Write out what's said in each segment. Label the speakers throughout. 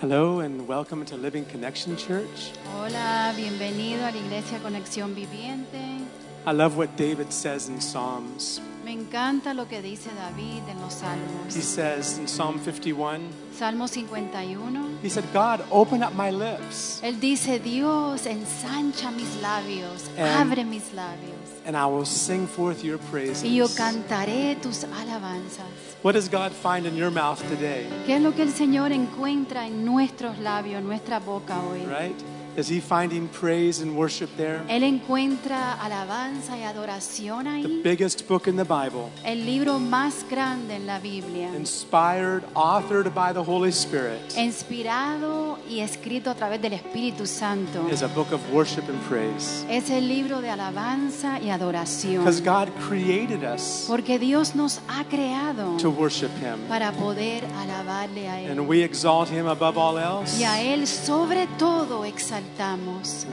Speaker 1: Hello and welcome to Living Connection Church.
Speaker 2: Hola, bienvenido a la Iglesia Conexión Viviente.
Speaker 1: I love what David says in Psalms.
Speaker 2: Me encanta lo que dice David en los
Speaker 1: He
Speaker 2: Salmos.
Speaker 1: says in Psalm 51,
Speaker 2: Salmo 51.
Speaker 1: he said, God, open up my lips
Speaker 2: Él dice, Dios, ensancha mis labios,
Speaker 1: And-
Speaker 2: abre mis labios,
Speaker 1: and I will sing forth your praises.
Speaker 2: y yo cantaré tus alabanzas.
Speaker 1: What does God find in your mouth today,
Speaker 2: ¿Qué es lo que el Señor encuentra en nuestros labios, nuestra boca hoy?
Speaker 1: right? Is he finding praise and worship there?
Speaker 2: Él encuentra alabanza y adoración
Speaker 1: The
Speaker 2: ahí.
Speaker 1: biggest book in the Bible,
Speaker 2: El libro más grande en la Biblia,
Speaker 1: inspired, authored by the Holy Spirit,
Speaker 2: inspirado y escrito a través del Espíritu Santo.
Speaker 1: is a book of worship and praise.
Speaker 2: Es el libro de alabanza y adoración.
Speaker 1: Because God created us
Speaker 2: Porque Dios nos ha creado
Speaker 1: to worship him.
Speaker 2: para poder alabarle a Él.
Speaker 1: and we exalt him above all else,
Speaker 2: Y a Él sobre todo exaltamos.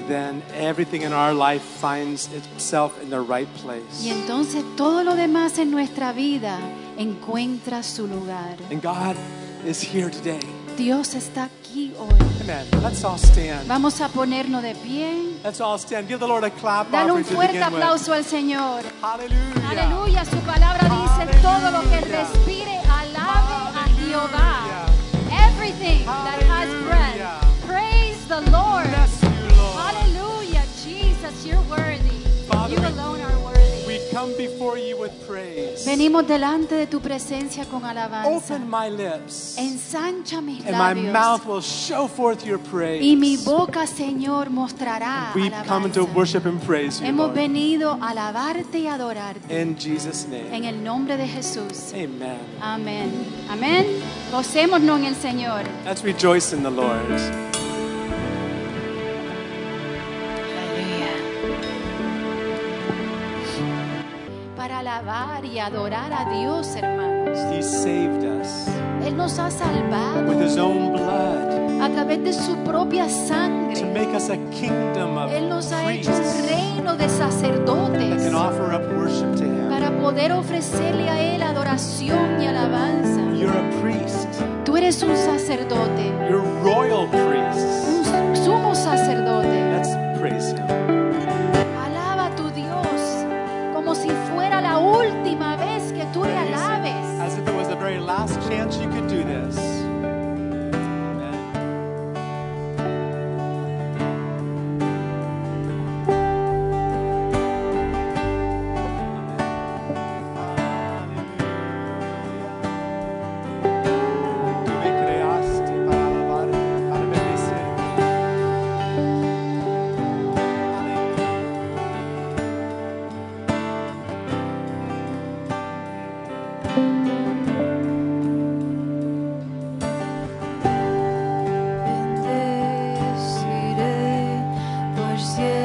Speaker 1: then everything in our life finds itself in the right place.
Speaker 2: Y entonces todo lo demás en nuestra vida encuentra su lugar.
Speaker 1: And God is here today.
Speaker 2: Dios está aquí hoy.
Speaker 1: Amen. Let's all stand.
Speaker 2: Vamos a ponernos de pie.
Speaker 1: Let's all stand. Give the Lord a clap.
Speaker 2: Dale un
Speaker 1: offering to
Speaker 2: fuerte
Speaker 1: begin with.
Speaker 2: aplauso al Señor.
Speaker 1: Hallelujah.
Speaker 2: Aleluya, su palabra dice
Speaker 1: Aleluya.
Speaker 2: todo lo que respire alabe a Jehová. Everything that has
Speaker 1: Aleluya.
Speaker 2: breath, praise the Lord.
Speaker 1: Bless you, Lord.
Speaker 2: Hallelujah, Jesus, you're worthy.
Speaker 1: Father,
Speaker 2: You
Speaker 1: we-
Speaker 2: alone are worthy.
Speaker 1: We come before you with praise.
Speaker 2: Venimos delante de tu presencia con alabanza.
Speaker 1: Open my lips,
Speaker 2: Ensancha mis
Speaker 1: and my
Speaker 2: labios
Speaker 1: mouth will show forth your praise.
Speaker 2: y mi boca, Señor, mostrará
Speaker 1: We've come to
Speaker 2: alabanza.
Speaker 1: worship and praise you,
Speaker 2: Hemos
Speaker 1: Lord.
Speaker 2: venido a alabarte y adorarte
Speaker 1: In Jesus' name.
Speaker 2: en el nombre de Jesús.
Speaker 1: Amen.
Speaker 2: Amén. Amén. Gocémonos en el Señor.
Speaker 1: Let's rejoice in the Lord.
Speaker 2: Para alabar y adorar a Dios, hermanos.
Speaker 1: He saved us
Speaker 2: Él nos ha salvado
Speaker 1: with his own blood
Speaker 2: a través de su propia
Speaker 1: to
Speaker 2: sangre.
Speaker 1: make us a kingdom of
Speaker 2: Él nos ha hecho un
Speaker 1: priests
Speaker 2: reino de
Speaker 1: that
Speaker 2: sacerdotes
Speaker 1: can offer up worship to him.
Speaker 2: para poder ofrecerle a Él adoración y alabanza.
Speaker 1: You're a priest.
Speaker 2: Tú eres un sacerdote,
Speaker 1: You're royal priests.
Speaker 2: un sumo sacerdote.
Speaker 1: Let's praise him.
Speaker 2: Alaba a tu Dios como si fuera la última vez que tú le alabes.
Speaker 1: As if it was the very last chance you could do this. Amen. Tú me creaste para alabar, para bendecirte.
Speaker 3: pues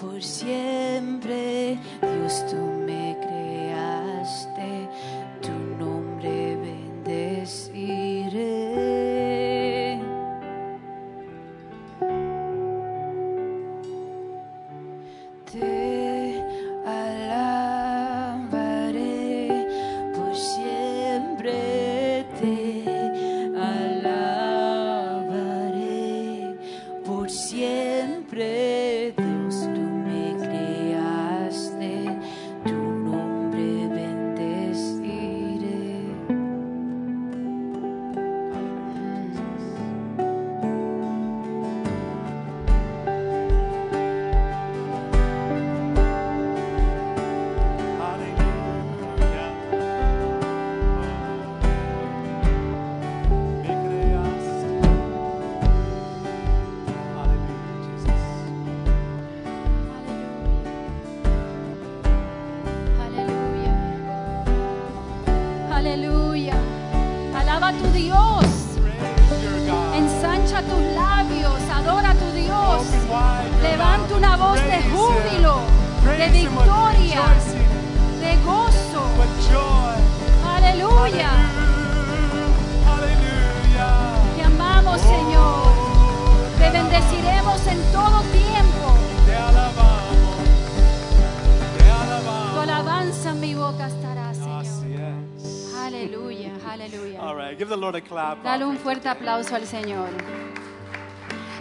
Speaker 3: por siempre. Dios, tú me creaste, tu nombre bendeciré. Te alabaré por siempre, te alabaré por siempre. Dios, tú me creaste, tu nombre bendeciré.
Speaker 1: Aleluya. Me creaste. Aleluya, Jesús.
Speaker 2: Aleluya. Aleluya. Aleluya. Alaba a tu Dios.
Speaker 1: Praise your God.
Speaker 2: Ensancha tus labios. Adora a tu Dios.
Speaker 1: Open wide your
Speaker 2: Levanta una
Speaker 1: mouth.
Speaker 2: voz de
Speaker 1: Praise Him.
Speaker 2: júbilo, de
Speaker 1: Praise Him with
Speaker 2: victoria,
Speaker 1: rejoicing,
Speaker 2: de gozo.
Speaker 1: with joy.
Speaker 2: Aleluya.
Speaker 1: Aleluya.
Speaker 2: Te amamos, Señor. Te bendeciremos en todo tiempo.
Speaker 1: Te alabamos. Te
Speaker 2: Tu
Speaker 1: alabamos.
Speaker 2: alabanza en mi boca estará,
Speaker 1: Así
Speaker 2: Señor.
Speaker 1: es.
Speaker 2: Aleluya, aleluya.
Speaker 1: All right, give the Lord a clap.
Speaker 2: Dale un fuerte aplauso al Señor.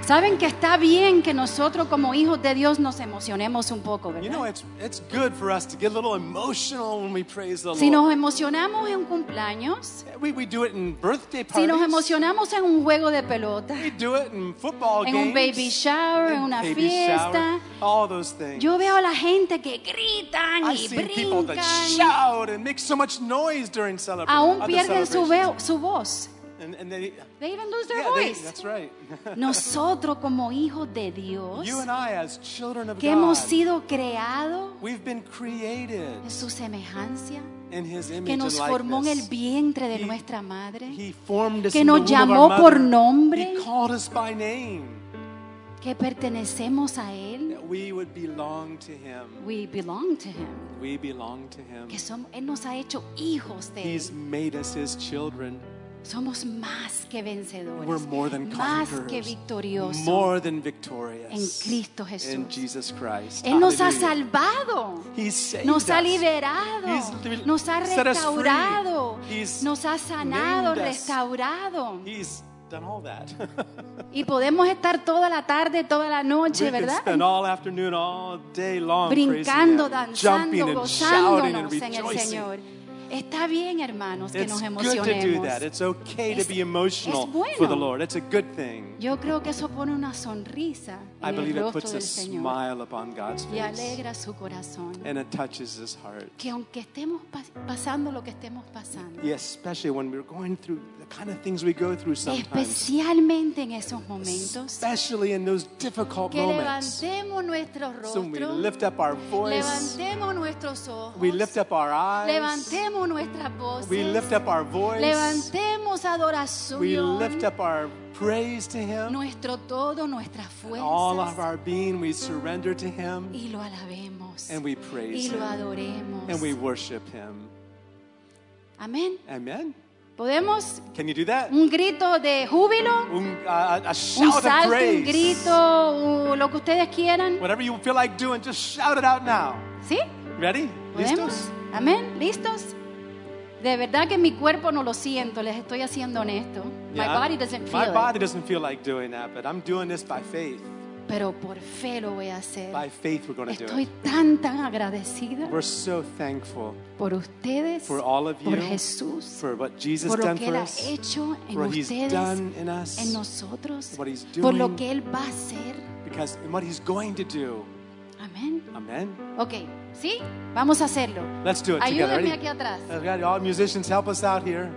Speaker 2: Saben que está bien que nosotros como hijos de Dios nos emocionemos un poco,
Speaker 1: You know,
Speaker 2: ¿verdad?
Speaker 1: it's, it's good for us to get a little emotional when we praise the
Speaker 2: Si nos
Speaker 1: Lord.
Speaker 2: emocionamos en un cumpleaños,
Speaker 1: We, we do it in birthday
Speaker 2: si nos
Speaker 1: parties.
Speaker 2: emocionamos en un juego de pelota,
Speaker 1: We do it in football
Speaker 2: en
Speaker 1: games.
Speaker 2: un baby shower, en
Speaker 1: in
Speaker 2: una
Speaker 1: baby
Speaker 2: fiesta.
Speaker 1: shower, all those things.
Speaker 2: Yo veo a la gente que gritan
Speaker 1: I've
Speaker 2: y
Speaker 1: seen people that
Speaker 2: brincan,
Speaker 1: shout and make so much noise during celebration.
Speaker 2: aún pierden su, veo- su voz.
Speaker 1: And, and they,
Speaker 2: They even lose their
Speaker 1: yeah, they,
Speaker 2: voice.
Speaker 1: that's right.
Speaker 2: Nosotros como hijos de Dios,
Speaker 1: you and I, as children of
Speaker 2: que hemos
Speaker 1: God,
Speaker 2: sido creados
Speaker 1: we've been created
Speaker 2: en su semejanza,
Speaker 1: in His image
Speaker 2: que nos
Speaker 1: and
Speaker 2: formó en el
Speaker 1: likeness.
Speaker 2: vientre de
Speaker 1: He-
Speaker 2: nuestra madre.
Speaker 1: He formed us
Speaker 2: que
Speaker 1: in the
Speaker 2: nos
Speaker 1: womb of
Speaker 2: llamó
Speaker 1: our
Speaker 2: por
Speaker 1: mother.
Speaker 2: nombre.
Speaker 1: He called us by name.
Speaker 2: que pertenecemos a Él.
Speaker 1: that we would belong to him.
Speaker 2: We belong to Him.
Speaker 1: We belong to him.
Speaker 2: Que somos, Él nos ha hecho hijos de
Speaker 1: He's
Speaker 2: Él.
Speaker 1: made us his children.
Speaker 2: Somos más que
Speaker 1: We're
Speaker 2: vencedores.
Speaker 1: more than
Speaker 2: Más
Speaker 1: conquerors.
Speaker 2: que victoriosos.
Speaker 1: More than victorious.
Speaker 2: En Cristo Jesús.
Speaker 1: In Jesus Christ.
Speaker 2: Él nos ha
Speaker 1: Hallelujah.
Speaker 2: salvado.
Speaker 1: He's saved
Speaker 2: Nos ha
Speaker 1: us.
Speaker 2: liberado,
Speaker 1: He's li-
Speaker 2: nos ha
Speaker 1: set us free.
Speaker 2: restaurado,
Speaker 1: He's
Speaker 2: nos ha sanado,
Speaker 1: named us.
Speaker 2: restaurado.
Speaker 1: He's done all that.
Speaker 2: Y podemos estar toda la tarde, toda la noche,
Speaker 1: we can
Speaker 2: ¿verdad?
Speaker 1: spend all afternoon, all day long
Speaker 2: brincando,
Speaker 1: praising him, jumping
Speaker 2: danzando,
Speaker 1: and shouting and
Speaker 2: gozándonos en el
Speaker 1: rejoicing.
Speaker 2: Señor. Está bien, hermanos, que
Speaker 1: It's
Speaker 2: nos
Speaker 1: good to do
Speaker 2: emocionemos.
Speaker 1: that. It's okay
Speaker 2: Es-
Speaker 1: to be emotional
Speaker 2: es bueno.
Speaker 1: for the Lord. It's a good thing.
Speaker 2: Yo creo que eso pone una sonrisa
Speaker 1: I
Speaker 2: en el
Speaker 1: believe it
Speaker 2: rostro
Speaker 1: puts a
Speaker 2: del Señor
Speaker 1: smile upon God's
Speaker 2: y
Speaker 1: face
Speaker 2: alegra su corazón.
Speaker 1: and it touches his heart.
Speaker 2: Que aunque estemos pas- pasando lo que estemos pasando,
Speaker 1: Yeah, especially when we're going through the kind of things we go through sometimes.
Speaker 2: especialmente en esos momentos,
Speaker 1: Especially in those difficult
Speaker 2: que
Speaker 1: moments.
Speaker 2: levantemos nuestros
Speaker 1: So we
Speaker 2: rostros,
Speaker 1: lift up our voice,
Speaker 2: levantemos nuestros ojos,
Speaker 1: we lift up our eyes,
Speaker 2: levantemos nuestras
Speaker 1: we
Speaker 2: voces,
Speaker 1: lift up our voice,
Speaker 2: levantemos adoración.
Speaker 1: we lift up our praise to him.
Speaker 2: nuestro todo, nuestras
Speaker 1: All of
Speaker 2: fuerzas
Speaker 1: our being, we surrender to him
Speaker 2: y lo alabemos
Speaker 1: and we
Speaker 2: y
Speaker 1: praise
Speaker 2: lo
Speaker 1: him and we
Speaker 2: adoremos.
Speaker 1: worship him.
Speaker 2: Amén.
Speaker 1: Amen.
Speaker 2: ¿Podemos
Speaker 1: Can you do that?
Speaker 2: un grito de júbilo,
Speaker 1: Un, a- a
Speaker 2: un
Speaker 1: shout of
Speaker 2: salto, un
Speaker 1: praise.
Speaker 2: grito, u- lo que ustedes quieran?
Speaker 1: Whatever you feel like doing, just shout it out now.
Speaker 2: ¿Sí?
Speaker 1: Ready?
Speaker 2: ¿Podemos?
Speaker 1: ¿Listos?
Speaker 2: Amén. ¿Listos? De verdad que mi cuerpo no lo siento, les estoy haciendo honesto. My
Speaker 1: Yeah,
Speaker 2: body doesn't
Speaker 1: my
Speaker 2: feel it,
Speaker 1: body doesn't feel like doing that, but I'm doing this by faith.
Speaker 2: pero por fe lo voy a hacer.
Speaker 1: By faith, we're going to do
Speaker 2: Estoy
Speaker 1: it.
Speaker 2: tan tan agradecida
Speaker 1: We're so thankful
Speaker 2: por ustedes,
Speaker 1: for all of you,
Speaker 2: por Jesús,
Speaker 1: for what Jesus
Speaker 2: por lo
Speaker 1: done
Speaker 2: que
Speaker 1: for
Speaker 2: Él ha
Speaker 1: us,
Speaker 2: hecho en
Speaker 1: for what He's
Speaker 2: ustedes,
Speaker 1: done in us,
Speaker 2: en nosotros,
Speaker 1: what he's
Speaker 2: por lo
Speaker 1: doing.
Speaker 2: que Él va a hacer.
Speaker 1: because and what He's going to do.
Speaker 2: Amén.
Speaker 1: Amen.
Speaker 2: Ok, ¿sí? Vamos a hacerlo.
Speaker 1: Let's do it together.
Speaker 2: Ayúdenme aquí
Speaker 1: Ready?
Speaker 2: atrás.
Speaker 1: Okay, All musicians, help us out here.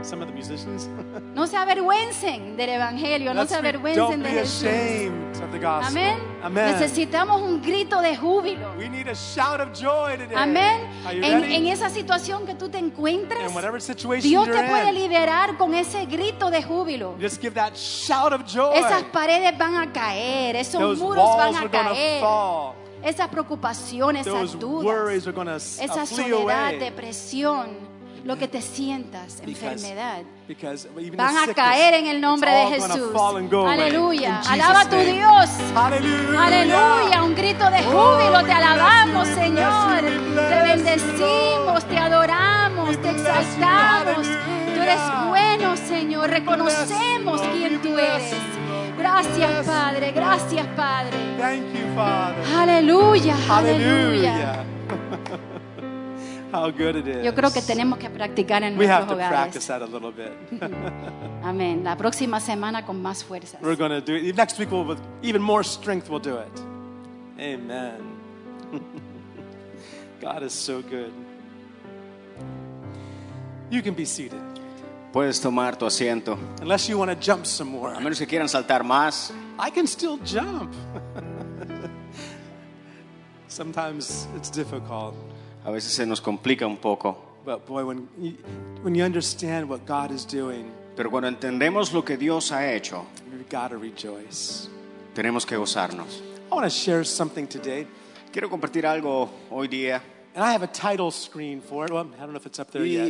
Speaker 1: Some of the musicians.
Speaker 2: No se avergüencen del Evangelio, no
Speaker 1: Let's
Speaker 2: se
Speaker 1: be-
Speaker 2: avergüencen
Speaker 1: don't
Speaker 2: de
Speaker 1: be
Speaker 2: Jesús.
Speaker 1: ashamed of the gospel.
Speaker 2: Amén.
Speaker 1: Amen.
Speaker 2: Necesitamos un grito de júbilo.
Speaker 1: We need a shout of joy today.
Speaker 2: Amén.
Speaker 1: Are you
Speaker 2: En,
Speaker 1: ready?
Speaker 2: en esa situación que tú te encuentras,
Speaker 1: In whatever situation
Speaker 2: Dios
Speaker 1: you're
Speaker 2: te puede
Speaker 1: in,
Speaker 2: liberar con ese grito de júbilo.
Speaker 1: just give that shout of joy.
Speaker 2: Esas paredes van a caer, esos
Speaker 1: Those
Speaker 2: muros van
Speaker 1: walls
Speaker 2: a
Speaker 1: are gonna
Speaker 2: caer.
Speaker 1: fall.
Speaker 2: esas preocupaciones,
Speaker 1: Those
Speaker 2: esas
Speaker 1: worries
Speaker 2: dudas,
Speaker 1: are going to
Speaker 2: esa
Speaker 1: flee
Speaker 2: soledad,
Speaker 1: away.
Speaker 2: depresión, lo que te sientas,
Speaker 1: Because-
Speaker 2: enfermedad.
Speaker 1: because even
Speaker 2: Van
Speaker 1: the
Speaker 2: a
Speaker 1: sickness,
Speaker 2: caer en el nombre de
Speaker 1: it's all gonna
Speaker 2: Jesús.
Speaker 1: fall and go away.
Speaker 2: Aleluya.
Speaker 1: In Jesus'
Speaker 2: Alaba a tu
Speaker 1: name.
Speaker 2: Dios.
Speaker 1: Aleluya.
Speaker 2: Aleluya. Un grito de júbilo.
Speaker 1: Oh, we
Speaker 2: Te
Speaker 1: bless you,
Speaker 2: alabamos,
Speaker 1: we bless
Speaker 2: Señor.
Speaker 1: you, we bless
Speaker 2: Te
Speaker 1: you,
Speaker 2: bendecimos, te
Speaker 1: We
Speaker 2: adoramos, te
Speaker 1: bless you,
Speaker 2: exaltamos.
Speaker 1: aleluya.
Speaker 2: Tú eres bueno, Señor. Reconocemos
Speaker 1: Lord.
Speaker 2: quién
Speaker 1: We
Speaker 2: tú
Speaker 1: bless
Speaker 2: eres.
Speaker 1: you, Lord. We
Speaker 2: Gracias,
Speaker 1: bless you,
Speaker 2: Padre.
Speaker 1: Lord.
Speaker 2: Gracias, Padre.
Speaker 1: Thank you, Father.
Speaker 2: Aleluya. Aleluya.
Speaker 1: Hallelujah. How good it is.
Speaker 2: Yo creo que tenemos que practicar en
Speaker 1: we have
Speaker 2: nuestros
Speaker 1: to practice
Speaker 2: hogares.
Speaker 1: that a little bit.
Speaker 2: Amén. La próxima semana con más fuerzas.
Speaker 1: We're going to do it. Next week, we'll, with even more strength, we'll do it. Amen. God is so good. You can be seated.
Speaker 4: Puedes tomar tu asiento.
Speaker 1: Unless you want to jump some more.
Speaker 4: A menos que quieran saltar más.
Speaker 1: I can still jump. Sometimes it's difficult,
Speaker 4: A veces se nos complica un poco.
Speaker 1: but boy, when you, when you understand what God is doing,
Speaker 4: Pero cuando entendemos lo que Dios ha hecho,
Speaker 1: we've got to rejoice.
Speaker 4: tenemos que gozarnos.
Speaker 1: I want to share something today,
Speaker 4: Quiero compartir algo hoy día.
Speaker 1: and I have a title screen for it. Well, I don't know if it's up there
Speaker 4: Y eh,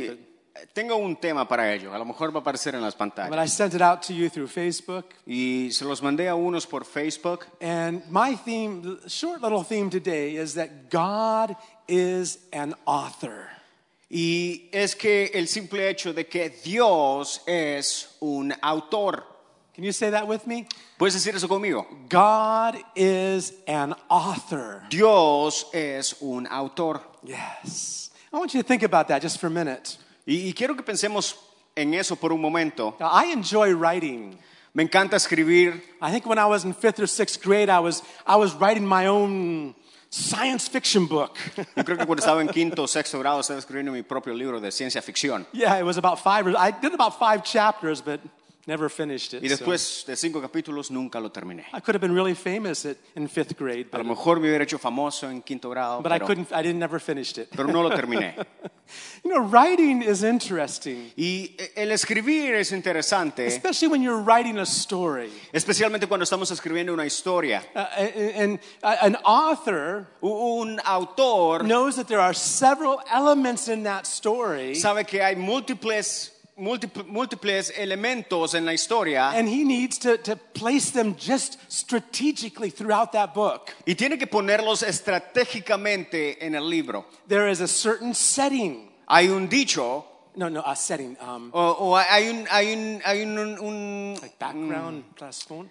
Speaker 1: yet,
Speaker 4: tengo un tema para ello. A lo mejor va a aparecer en las
Speaker 1: but, but
Speaker 4: pantallas.
Speaker 1: I sent it out to you through Facebook.
Speaker 4: Y se los mandé a unos por Facebook.
Speaker 1: And my theme, the short little theme today, is that God is an author.
Speaker 4: Y es que el simple hecho de que Dios es un autor.
Speaker 1: Can you say that with me?
Speaker 4: ¿Puedes decir eso conmigo?
Speaker 1: God is an author.
Speaker 4: Dios es un autor.
Speaker 1: Yes. I want you to think about that just for a minute.
Speaker 4: Y, y quiero que pensemos en eso por un momento.
Speaker 1: Now, I enjoy writing.
Speaker 4: Me encanta escribir.
Speaker 1: I think when I was in fifth or sixth grade, I was, I was writing my own science fiction book.
Speaker 4: Yo creo que cuando estaba en quinto o sexto grado estaba escribiendo mi propio libro de ciencia ficción.
Speaker 1: yeah, it was about five, or- I did about five chapters, but never finished it.
Speaker 4: Y
Speaker 1: so-
Speaker 4: después de cinco capítulos nunca lo terminé.
Speaker 1: I could have been really famous at, in fifth grade,
Speaker 4: A
Speaker 1: but,
Speaker 4: lo mejor me hubiera hecho famoso en quinto grado,
Speaker 1: but I
Speaker 4: pero,
Speaker 1: couldn't, I didn't, never finished it.
Speaker 4: pero no lo terminé.
Speaker 1: You know, writing is interesting,
Speaker 4: Y eh, el escribir es interesante,
Speaker 1: especially when you're writing a story.
Speaker 4: especialmente cuando estamos escribiendo una historia.
Speaker 1: Uh, and, and uh, an author
Speaker 4: U- Un autor
Speaker 1: knows that there are several elements in that story.
Speaker 4: sabe que hay múltiples, múltipl- múltiples elementos en la historia
Speaker 1: And he needs to, to place them just strategically throughout that book.
Speaker 4: y tiene que ponerlos estratégicamente en el libro.
Speaker 1: There is a certain setting.
Speaker 4: Hay un dicho
Speaker 1: No, no, a setting. Um,
Speaker 4: O, o hay un, hay un, hay un, un, un-
Speaker 1: Oh, like background, trasfondo.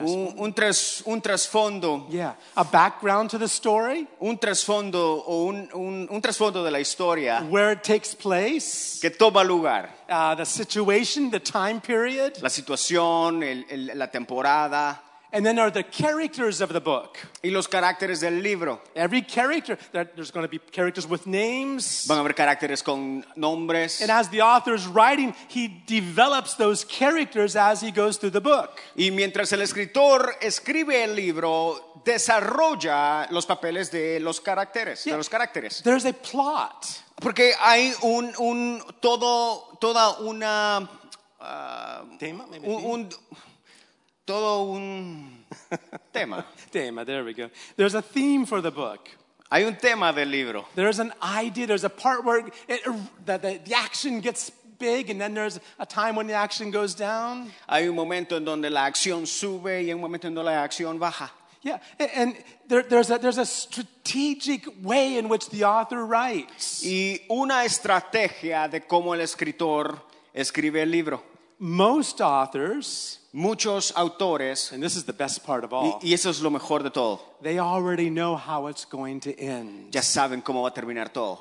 Speaker 4: un- un tras- un trasfondo,
Speaker 1: Yeah, a background to the story,
Speaker 4: un trasfondo o un, un, un trasfondo de la historia
Speaker 1: where it takes place,
Speaker 4: que toma lugar.
Speaker 1: uh, the situation, the time period,
Speaker 4: La situación, el- el- la temporada
Speaker 1: and then are the characters of the book.
Speaker 4: y los caracteres del libro.
Speaker 1: Every character, there- there's going to be characters with names.
Speaker 4: Van a haber caracteres con nombres.
Speaker 1: And as the author is writing, he develops those characters as he goes through the book.
Speaker 4: Y mientras el escritor escribe el libro, desarrolla los papeles de los caracteres, de los caracteres.
Speaker 1: There's a plot.
Speaker 4: Porque hay un, un todo, toda una ah,
Speaker 1: Tema, maybe
Speaker 4: un, un- todo un tema.
Speaker 1: Thema, there we go. There's a theme for the book.
Speaker 4: Hay un tema del libro.
Speaker 1: There's an idea. There's a part where it, the, the, the action gets big, and then there's a time when the action goes down.
Speaker 4: Hay un momento en donde la acción sube y hay un momento en donde la acción baja.
Speaker 1: Yeah, and, and there, there's, a, there's a strategic way in which the author writes.
Speaker 4: Y una estrategia de cómo el escritor escribe el libro.
Speaker 1: Most authors,
Speaker 4: Muchos autores,
Speaker 1: and this is the best part of all,
Speaker 4: y, y eso es lo mejor de todo,
Speaker 1: they already know how it's going to end,
Speaker 4: ya saben cómo va a terminar todo.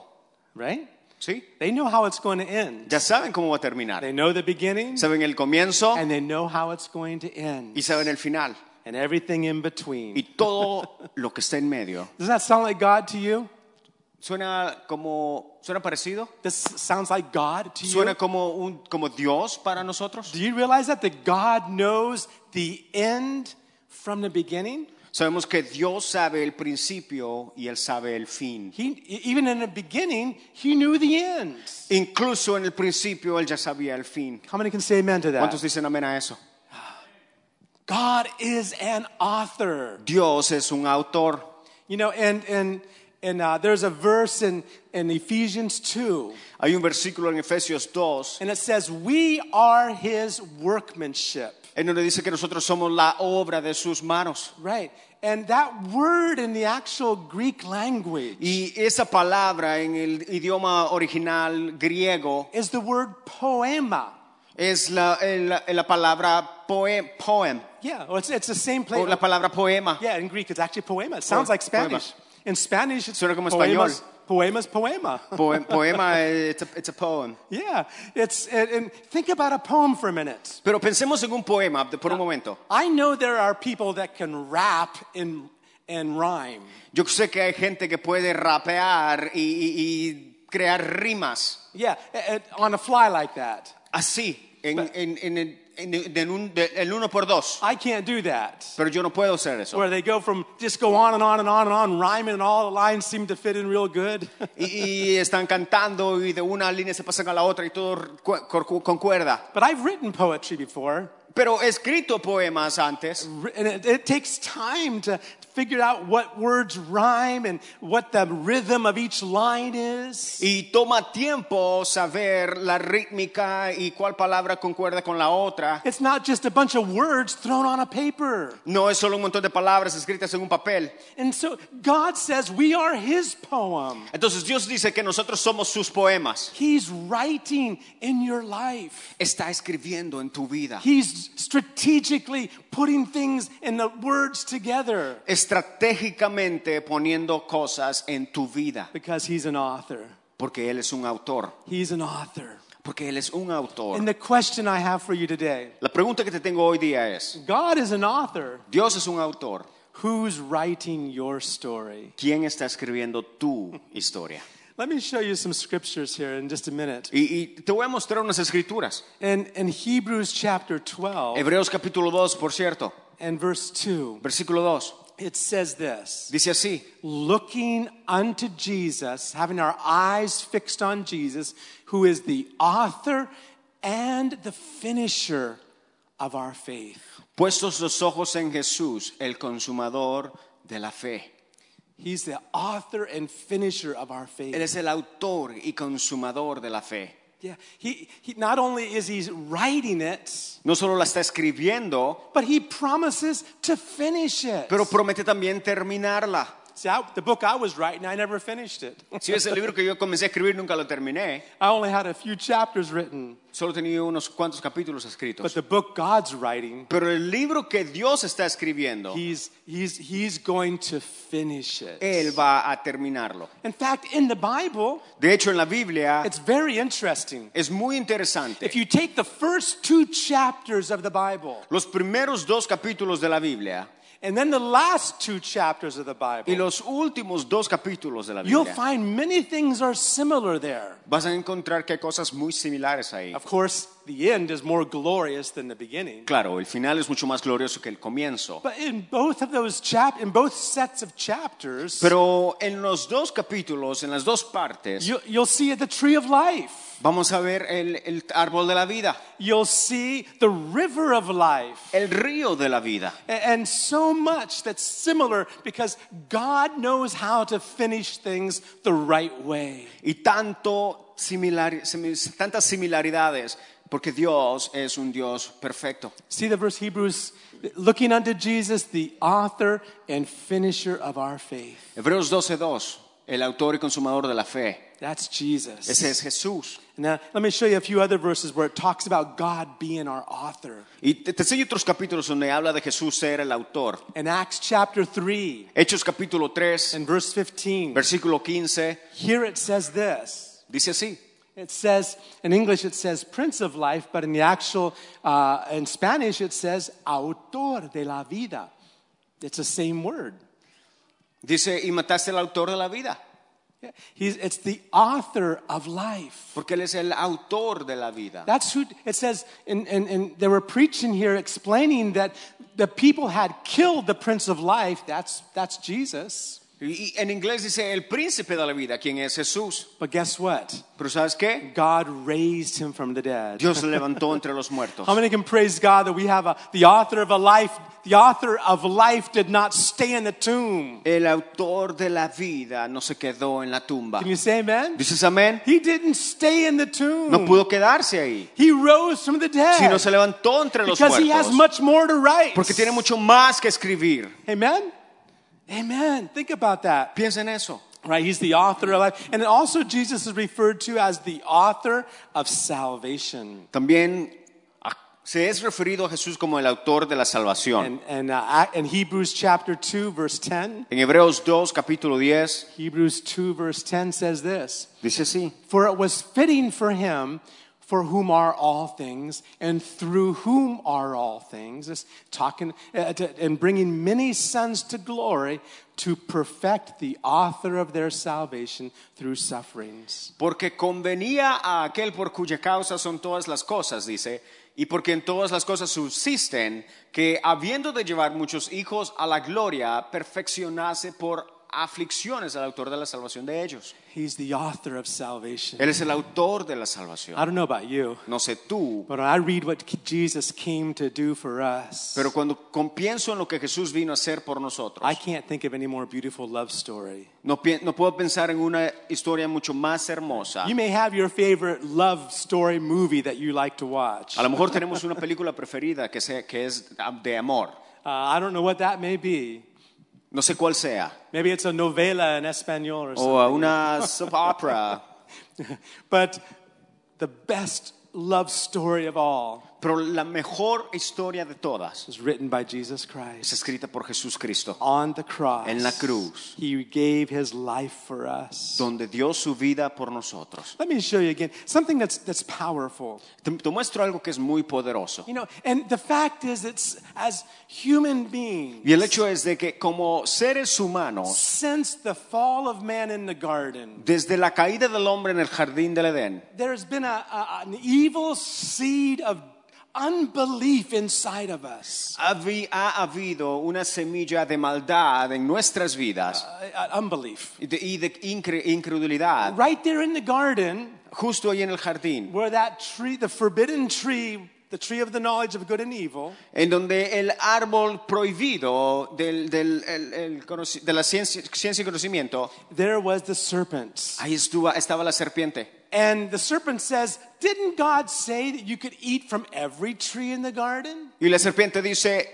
Speaker 1: right?
Speaker 4: ¿Sí?
Speaker 1: They know how it's going to end.
Speaker 4: Ya saben cómo va a terminar.
Speaker 1: They know the beginning,
Speaker 4: Saben el comienzo
Speaker 1: and they know how it's going to end,
Speaker 4: y saben el final.
Speaker 1: and everything in between.
Speaker 4: y todo lo que está en medio.
Speaker 1: Does that sound like God to you?
Speaker 4: Suena como suena parecido?
Speaker 1: This sounds like God to you?
Speaker 4: Suena como un como Dios para nosotros.
Speaker 1: Do you realize that? That God knows the end from the beginning?
Speaker 4: Sabemos que Dios sabe el principio y él sabe el fin.
Speaker 1: He, e, even in the beginning, He knew the end.
Speaker 4: Incluso en el principio él ya sabía el fin.
Speaker 1: How many can say amen to
Speaker 4: ¿Cuántos
Speaker 1: that?
Speaker 4: dicen amén a eso?
Speaker 1: God is an author.
Speaker 4: Dios es un autor.
Speaker 1: You know, and, and, and uh, there's a verse in, in Ephesians 2,
Speaker 4: Hay un versículo en Efesios 2
Speaker 1: and it says, We are his workmanship.
Speaker 4: en donde dice que nosotros somos la obra de sus manos.
Speaker 1: Right. And that word in the actual Greek language
Speaker 4: Y esa palabra en el idioma original griego
Speaker 1: is the word poema.
Speaker 4: es la, el- la palabra poem, poem,
Speaker 1: Yeah, well, it's, it's the same
Speaker 4: o
Speaker 1: place.
Speaker 4: la palabra poema.
Speaker 1: Yeah, in Greek it's actually poema. It sounds like
Speaker 4: Poema.
Speaker 1: Spanish. In Spanish, it's
Speaker 4: Suena como
Speaker 1: poemas, poemas, poema.
Speaker 4: Poem- poema, eh, it's a, it's a poem.
Speaker 1: Yeah, it's and, and think about a poem for a minute.
Speaker 4: Pero pensemos en un poema de- por un momento.
Speaker 1: I know there are people that can rap and and rhyme,
Speaker 4: Yo sé que hay gente que puede rapear y, y- y crear rimas
Speaker 1: yeah, a- a- on a fly like that.
Speaker 4: así, en, en, en, en- en- en un, de- el uno por dos.
Speaker 1: I can't do that.
Speaker 4: Pero yo no puedo hacer eso.
Speaker 1: Where they go from just go on and on and on and on, rhyming, and all the lines seem to fit in real good.
Speaker 4: Y, y están cantando y de una línea se pasan a la otra y todo cu- cor- concuerda.
Speaker 1: but I've written poetry before,
Speaker 4: Pero he escrito poemas antes
Speaker 1: r- and it, it takes time to figure out what words rhyme and what the rhythm of each line is.
Speaker 4: y toma tiempo saber la rítmica y cuál palabra concuerda con la otra.
Speaker 1: It's not just a bunch of words thrown on a paper.
Speaker 4: No es solo un montón de palabras escritas en un papel.
Speaker 1: And so God says we are his poem.
Speaker 4: Entonces Dios dice que nosotros somos sus poemas.
Speaker 1: He's writing in your life.
Speaker 4: Está escribiendo en tu vida.
Speaker 1: He's strategically putting things and the words together
Speaker 4: estratégicamente poniendo cosas en tu vida,
Speaker 1: because he's an author.
Speaker 4: porque Él es un autor,
Speaker 1: He's an author.
Speaker 4: porque Él es un
Speaker 1: And
Speaker 4: autor.
Speaker 1: the question I have for you today
Speaker 4: La pregunta que te tengo hoy día es,
Speaker 1: God is an author.
Speaker 4: Dios es un autor,
Speaker 1: Who's writing your story?
Speaker 4: ¿quién está escribiendo tu historia?
Speaker 1: Let me show you some scriptures here in just a minute.
Speaker 4: Y, y te voy a mostrar unas escrituras,
Speaker 1: In, in Hebrews chapter 12
Speaker 4: Hebreos capítulo 2, por cierto,
Speaker 1: and verse 2,
Speaker 4: versículo 2,
Speaker 1: it says this.
Speaker 4: dice así,
Speaker 1: looking unto Jesus, having our eyes fixed on Jesus, who is the author and the finisher of our faith.
Speaker 4: puestos los ojos en Jesús, el consumador de la fe.
Speaker 1: He's the author and finisher of our
Speaker 4: Él
Speaker 1: faith.
Speaker 4: es el autor y consumador de la fe.
Speaker 1: Yeah, he, he not only is he writing it,
Speaker 4: No solo la está escribiendo,
Speaker 1: but he promises to finish it.
Speaker 4: pero promete también terminarla.
Speaker 1: See, I, the book I was writing, I never finished it.
Speaker 4: Si ves el libro que yo comencé a escribir, nunca lo terminé.
Speaker 1: I only had a few chapters written,
Speaker 4: Solo tenía unos cuantos capítulos
Speaker 1: but
Speaker 4: escritos.
Speaker 1: the book God's writing,
Speaker 4: Pero el libro que Dios está escribiendo,
Speaker 1: he's, he's, he's going to finish it.
Speaker 4: Él va a terminarlo.
Speaker 1: In fact, in the Bible,
Speaker 4: De hecho, en la Biblia
Speaker 1: it's very interesting.
Speaker 4: es muy
Speaker 1: If
Speaker 4: interesante.
Speaker 1: you take the first two chapters of the Bible
Speaker 4: Los primeros dos capítulos de la Biblia
Speaker 1: and then the last two chapters of the
Speaker 4: y
Speaker 1: Bible,
Speaker 4: los últimos dos capítulos de la
Speaker 1: you'll
Speaker 4: Biblia,
Speaker 1: find many things are similar there.
Speaker 4: vas a encontrar que hay cosas muy similares ahí.
Speaker 1: Of course, the end is more glorious than the beginning.
Speaker 4: Claro, el final es mucho más glorioso que el comienzo.
Speaker 1: But in both of those chap in both sets of chapters,
Speaker 4: Pero en los dos capítulos, en las dos partes,
Speaker 1: you, you'll see the tree of life.
Speaker 4: vamos a ver el, el árbol de la vida,
Speaker 1: You'll see the river of life.
Speaker 4: el río de la vida.
Speaker 1: A- And so much that's similar because God knows how to finish things the right way.
Speaker 4: y tanto similar, simi- tantas similaridades, porque Dios es un Dios perfecto.
Speaker 1: See the verse Hebrews looking unto Jesus, the author and finisher of our faith.
Speaker 4: Hebreos 12:2, el autor y consumador de la fe.
Speaker 1: That's Jesus.
Speaker 4: Ese es Jesús.
Speaker 1: Now, let me show you a few other verses where it talks about God being our author.
Speaker 4: Y te, te enseño otros capítulos donde habla de Jesús ser el autor.
Speaker 1: In Acts chapter 3
Speaker 4: Hechos capítulo 3,
Speaker 1: and verse 15,
Speaker 4: versículo 15,
Speaker 1: here it says this.
Speaker 4: dice así.
Speaker 1: It says, in English it says Prince of Life, but in the actual, uh, in Spanish it says Autor de la Vida. It's the same word.
Speaker 4: Dice, y mataste al autor de la vida,
Speaker 1: Yeah. He's, it's the author of life.
Speaker 4: porque Él es el autor de la vida.
Speaker 1: That's who it says, and, and, and they were preaching here explaining that the people had killed the Prince of Life. That's, that's Jesus.
Speaker 4: Y y en inglés dice el príncipe de la vida, quien es Jesús.
Speaker 1: But guess what?
Speaker 4: Pero ¿sabes qué?
Speaker 1: God raised him from the dead.
Speaker 4: Dios le levantó entre los muertos.
Speaker 1: How many can praise God that we have a, the author of a life, the author of life did not stay in the tomb.
Speaker 4: El autor de la vida no se quedó en la tumba.
Speaker 1: Can you say amen?
Speaker 4: ¿Dices amén?
Speaker 1: He didn't stay in the tomb.
Speaker 4: No pudo quedarse ahí,
Speaker 1: He rose from the dead.
Speaker 4: sino se levantó entre los
Speaker 1: because he has much
Speaker 4: muertos.
Speaker 1: more to write.
Speaker 4: Porque tiene mucho más que escribir.
Speaker 1: Amen? Amen. Think about that.
Speaker 4: Piensa en eso.
Speaker 1: Right? He's the author of life. And also, Jesus is referred to as the author of salvation.
Speaker 4: También a- se es referido a Jesús como el autor de la salvación.
Speaker 1: And, and uh, in Hebrews chapter 2, verse 10,
Speaker 4: En Hebreos 2, capítulo 10,
Speaker 1: Hebrews 2, verse 10 says this.
Speaker 4: dice así.
Speaker 1: For it was fitting for him for whom are all things and through whom are all things is talking uh, to- and bringing many sons to glory to perfect the author of their salvation through sufferings
Speaker 4: Porque convenía a aquel por cuya causa son todas las cosas, dice, y porque en todas las cosas subsisten, que habiendo de llevar muchos hijos a la gloria, perfeccionase por aflicciones al autor de la salvación de ellos.
Speaker 1: he's the author of salvation
Speaker 4: Él es el autor de la salvación.
Speaker 1: i don't know about you
Speaker 4: No sé tú,
Speaker 1: but when i read what jesus came to do for us
Speaker 4: pero cuando con- pienso en lo que Jesús vino a hacer por nosotros,
Speaker 1: i can't think of any more beautiful love story
Speaker 4: no, pien- no puedo pensar en una historia mucho más hermosa.
Speaker 1: you may have your favorite love story movie that you like to watch
Speaker 4: A lo mejor tenemos una película preferida que, sea, que es de amor.
Speaker 1: Uh, I don't know what that may be.
Speaker 4: No sé cuál sea.
Speaker 1: Maybe it's a novela in Espanol or something.
Speaker 4: o a una soap opera. Oh.
Speaker 1: But the best love story of all
Speaker 4: Pero la mejor historia de todas
Speaker 1: is written by Jesus
Speaker 4: es
Speaker 1: Christ.
Speaker 4: escrita por Jesús Cristo,
Speaker 1: On the cross,
Speaker 4: En la cruz.
Speaker 1: he gave his life for us.
Speaker 4: donde dio su vida por nosotros.
Speaker 1: Let me show you again something that's, that's powerful.
Speaker 4: Te, te muestro algo que es muy poderoso.
Speaker 1: You know, and the fact is, it's as human beings,
Speaker 4: Y el hecho es de que como seres humanos,
Speaker 1: since the fall of man in the garden,
Speaker 4: desde la caída del hombre en el jardín del Edén,
Speaker 1: there's been a, a, an evil seed of unbelief inside of us.
Speaker 4: habi- ha habido una semilla de maldad en nuestras vidas
Speaker 1: uh, unbelief.
Speaker 4: y de, y de incre- incredulidad,
Speaker 1: Right there in the garden,
Speaker 4: justo ahí en el jardín,
Speaker 1: where that tree, the forbidden tree, the tree of the knowledge of good and evil,
Speaker 4: en donde el árbol prohibido del, del- el- el conoci- de la ciencia- ciencia y conocimiento
Speaker 1: there was the serpent.
Speaker 4: Ahí estuvo, estaba la serpiente.
Speaker 1: And the serpent says, Didn't God say that you could eat from every tree in the garden?
Speaker 4: Y la serpiente dice,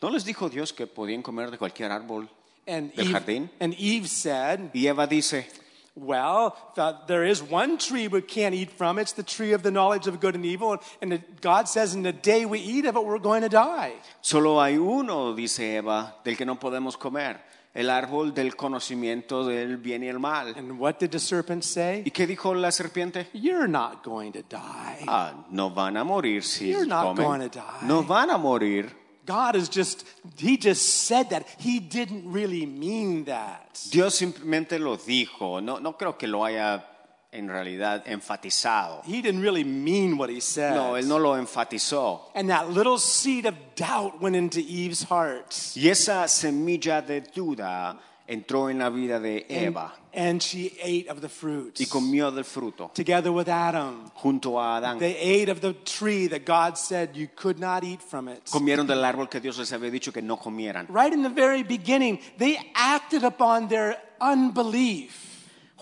Speaker 4: ¿no les dijo Dios que podían comer de cualquier árbol?
Speaker 1: And
Speaker 4: Del
Speaker 1: Eve,
Speaker 4: jardín.
Speaker 1: and Eve said,
Speaker 4: Y Eva dice,
Speaker 1: Well, th- there is one tree we can't eat from. It's the tree of the knowledge of good and evil. And it- God says, In the day we eat of it, we're going to die.
Speaker 4: solo hay uno, dice Eva, del que no podemos comer, el árbol del conocimiento del bien y el mal.
Speaker 1: And what did the serpent say?
Speaker 4: ¿Y qué dijo la serpiente?
Speaker 1: You're not going to die.
Speaker 4: Ah, no van a morir si
Speaker 1: You're not gonna
Speaker 4: comen.
Speaker 1: die.
Speaker 4: No van a morir.
Speaker 1: God is just, he just said that. He didn't really mean that.
Speaker 4: Dios simplemente lo dijo. No, no creo que lo haya en realidad enfatizado.
Speaker 1: He didn't really mean what he said.
Speaker 4: No, él no lo enfatizó.
Speaker 1: And that little seed of doubt went into Eve's heart.
Speaker 4: Y esa semilla de duda entró en la vida de Eva
Speaker 1: And she ate of the fruit.
Speaker 4: y comió del fruto
Speaker 1: Together with Adam.
Speaker 4: junto a Adán.
Speaker 1: They ate of the tree that God said you could not eat from it.
Speaker 4: Comieron del árbol que Dios les había dicho que no comieran.
Speaker 1: Right in the very beginning, they acted upon their unbelief.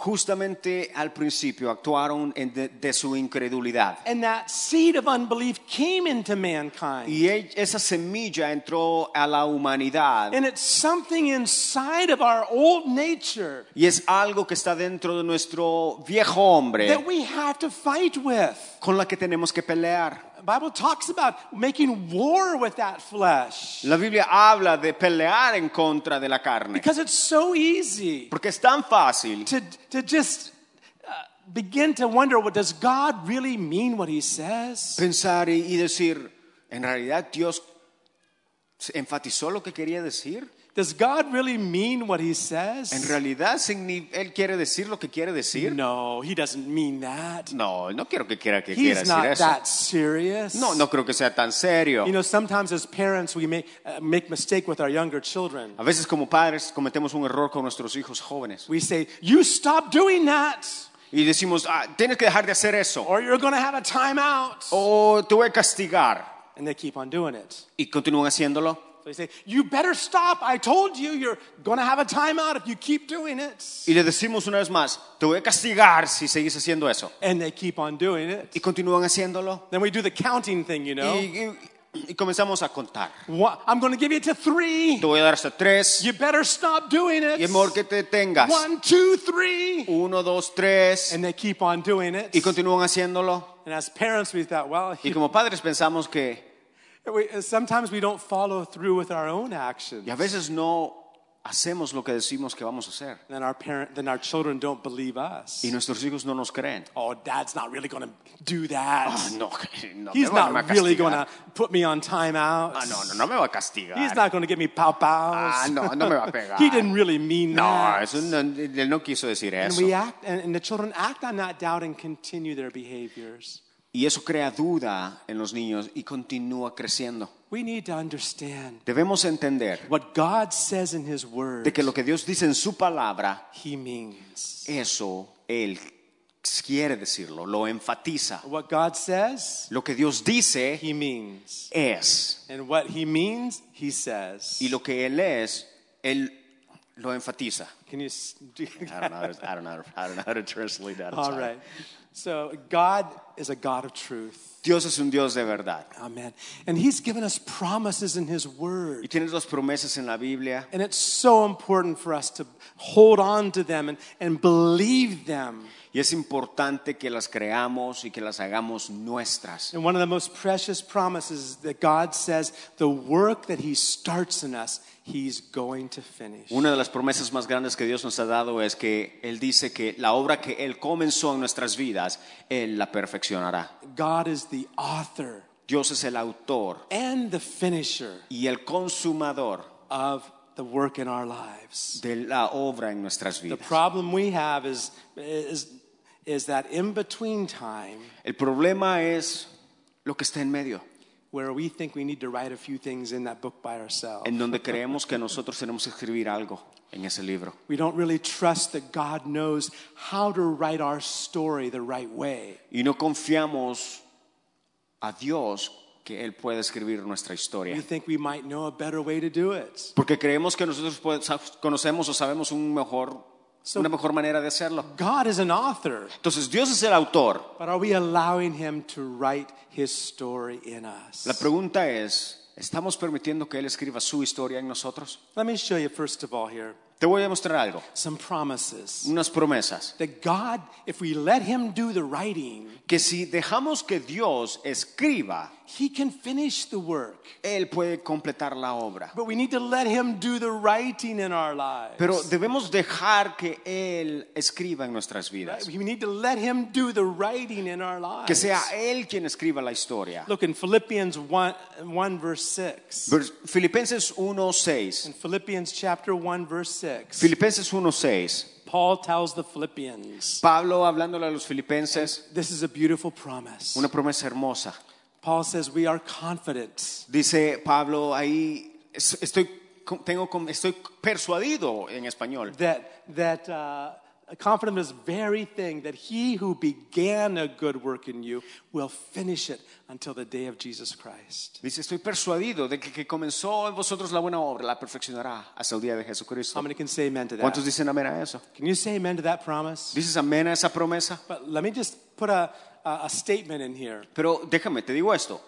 Speaker 4: Justamente al principio actuaron en de, de su incredulidad.
Speaker 1: And that seed of unbelief came into mankind.
Speaker 4: Y e- esa semilla entró a la humanidad.
Speaker 1: And it's something inside of our old nature
Speaker 4: Y es algo que está dentro de nuestro viejo hombre
Speaker 1: that we have to fight with.
Speaker 4: con la que tenemos que pelear.
Speaker 1: The Bible talks about making war with that flesh
Speaker 4: La Biblia habla de pelear en contra de la carne.
Speaker 1: because it's so easy
Speaker 4: Porque es tan fácil
Speaker 1: to, to just uh, begin to wonder well, does God really mean what he says?
Speaker 4: pensar y, y decir, en realidad Dios enfatizó lo que quería decir.
Speaker 1: Does God really mean what he says?
Speaker 4: ¿En realidad signi- él quiere decir lo que quiere decir?
Speaker 1: No, he doesn't mean that.
Speaker 4: No, no quiero que quiera que quiera
Speaker 1: He's
Speaker 4: decir
Speaker 1: not
Speaker 4: eso.
Speaker 1: that serious.
Speaker 4: No, no creo que sea tan serio.
Speaker 1: You know, sometimes as parents, we make, uh, make mistake with our younger children.
Speaker 4: A veces como padres cometemos un error con nuestros hijos jóvenes
Speaker 1: We say, you stop doing that,
Speaker 4: y decimos, ah, tienes que dejar de hacer eso
Speaker 1: or you're going to have a timeout.
Speaker 4: o te voy a castigar
Speaker 1: And they keep on doing it.
Speaker 4: y continúan haciéndolo.
Speaker 1: So we say, you better stop. I told you, you're going to have a timeout if you keep doing it.
Speaker 4: Y le decimos una vez más, te voy a castigar si seguís haciendo eso.
Speaker 1: And they keep on doing it.
Speaker 4: Y continúan haciéndolo.
Speaker 1: Then we do the counting thing, you
Speaker 4: Y,
Speaker 1: know.
Speaker 4: y- y comenzamos a contar.
Speaker 1: One- I'm going to give you to three.
Speaker 4: Te voy a dar hasta tres.
Speaker 1: You better stop doing it.
Speaker 4: Y es mejor E que te detengas.
Speaker 1: One, two, three.
Speaker 4: Uno, dos, tres.
Speaker 1: And they keep on doing it.
Speaker 4: Y continúan haciéndolo.
Speaker 1: And as parents, we thought, well,
Speaker 4: Y como padres pensamos que,
Speaker 1: we, sometimes we don't follow through with our own actions.
Speaker 4: y a veces no hacemos lo que decimos que vamos a hacer.
Speaker 1: Then our parent, then our children don't believe us.
Speaker 4: Y nuestros hijos no nos creen.
Speaker 1: oh, dad's not really going to do that.
Speaker 4: Ah, no, no me
Speaker 1: He's
Speaker 4: va, no me va a
Speaker 1: not really going
Speaker 4: castigar.
Speaker 1: to put me on timeout.
Speaker 4: Ah, no, no, no me va a castigar.
Speaker 1: He's not going to give me pow pows.
Speaker 4: Ah, no, no me va a pegar.
Speaker 1: he didn't really mean
Speaker 4: No,
Speaker 1: that.
Speaker 4: eso no, él no quiso decir
Speaker 1: and
Speaker 4: eso.
Speaker 1: we act, and, and the children act on that doubt and continue their behaviors.
Speaker 4: Y eso crea duda en los niños y continúa creciendo.
Speaker 1: We need to understand
Speaker 4: Debemos entender
Speaker 1: what God says in His Word.
Speaker 4: de que lo que Dios dice en su palabra,
Speaker 1: He means
Speaker 4: eso Él quiere decirlo, lo enfatiza.
Speaker 1: what God says.
Speaker 4: Lo que Dios dice
Speaker 1: He means,
Speaker 4: es.
Speaker 1: and what He means, He says.
Speaker 4: Y lo que Él es, Él lo enfatiza.
Speaker 1: Can you? s- do-
Speaker 4: I don't know how to, I don't know how to, I don't know how to translate that. I'm
Speaker 1: All
Speaker 4: sorry.
Speaker 1: right. So God is a God of truth.
Speaker 4: Dios es un Dios de verdad.
Speaker 1: Amen. And He's given us promises in His
Speaker 4: Y
Speaker 1: Word.
Speaker 4: tienes las promesas en la Biblia.
Speaker 1: And it's so important for us to hold on to them and, and believe them.
Speaker 4: Y es importante que las creamos y que las hagamos nuestras.
Speaker 1: And one of the most precious promises that God says the work that He starts in us, He's going to finish.
Speaker 4: Una de las promesas más grandes que Dios nos ha dado es que Él dice que la obra que Él comenzó en nuestras vidas, Él la perfeccionará.
Speaker 1: God is the author
Speaker 4: Dios es el autor
Speaker 1: and the finisher
Speaker 4: y el consumador
Speaker 1: of the work in our lives.
Speaker 4: de la obra en nuestras
Speaker 1: The
Speaker 4: vidas.
Speaker 1: problem we have is, is, is that in between time,
Speaker 4: El problema es lo que está en medio,
Speaker 1: where we think we need to write a few things in that book by ourselves.
Speaker 4: en donde creemos que nosotros tenemos que escribir algo en ese libro.
Speaker 1: We don't really trust that God knows how to write our story the right way.
Speaker 4: Y no confiamos a Dios que Él puede escribir nuestra historia.
Speaker 1: We think we might know a better way to do it.
Speaker 4: Porque creemos que nosotros pues, sab- conocemos o sabemos un mejor,
Speaker 1: So-
Speaker 4: una mejor manera de hacerlo.
Speaker 1: God is an author,
Speaker 4: Entonces Dios es el autor.
Speaker 1: but are we allowing Him to write His story in
Speaker 4: La
Speaker 1: us?
Speaker 4: pregunta es, ¿estamos permitiendo que Él escriba su historia en nosotros?
Speaker 1: Let me show you, first of all, here
Speaker 4: Te voy a mostrar algo,
Speaker 1: some promises
Speaker 4: unas promesas,
Speaker 1: that God, if we let Him do the writing,
Speaker 4: que si dejamos que Dios escriba,
Speaker 1: He can finish the work.
Speaker 4: Él puede completar la obra.
Speaker 1: But we need to let Him do the writing in our lives.
Speaker 4: Pero debemos dejar que Él escriba en nuestras
Speaker 1: Right?
Speaker 4: vidas,
Speaker 1: We need to let him do the writing in our lives.
Speaker 4: que sea Él quien escriba la historia.
Speaker 1: Look in Philippians 1, 1 verse 6.
Speaker 4: Vers- Filipenses 1.6.
Speaker 1: In Philippians chapter 1 verse 6,
Speaker 4: Filipenses 1.6.
Speaker 1: Paul tells the Philippians,
Speaker 4: Pablo hablándole a los filipenses,
Speaker 1: this is a beautiful promise.
Speaker 4: una promesa hermosa.
Speaker 1: Paul says we are confident
Speaker 4: Dice Pablo ahí, es- estoy, con- tengo, con- estoy persuadido en español,
Speaker 1: that that uh, confident in this very thing that he who began a good work in you will finish it until the day of Jesus Christ.
Speaker 4: dice, estoy persuadido de que, que comenzó en vosotros la buena obra, la perfeccionará hasta el día de
Speaker 1: How
Speaker 4: Jesucristo.
Speaker 1: many can say amen to that?
Speaker 4: ¿Cuántos dicen amén a eso?
Speaker 1: Can you say amen to that promise?
Speaker 4: ¿Dices amén a esa promesa?
Speaker 1: But let me just put a, a, a statement in here.
Speaker 4: Pero déjame, te digo esto.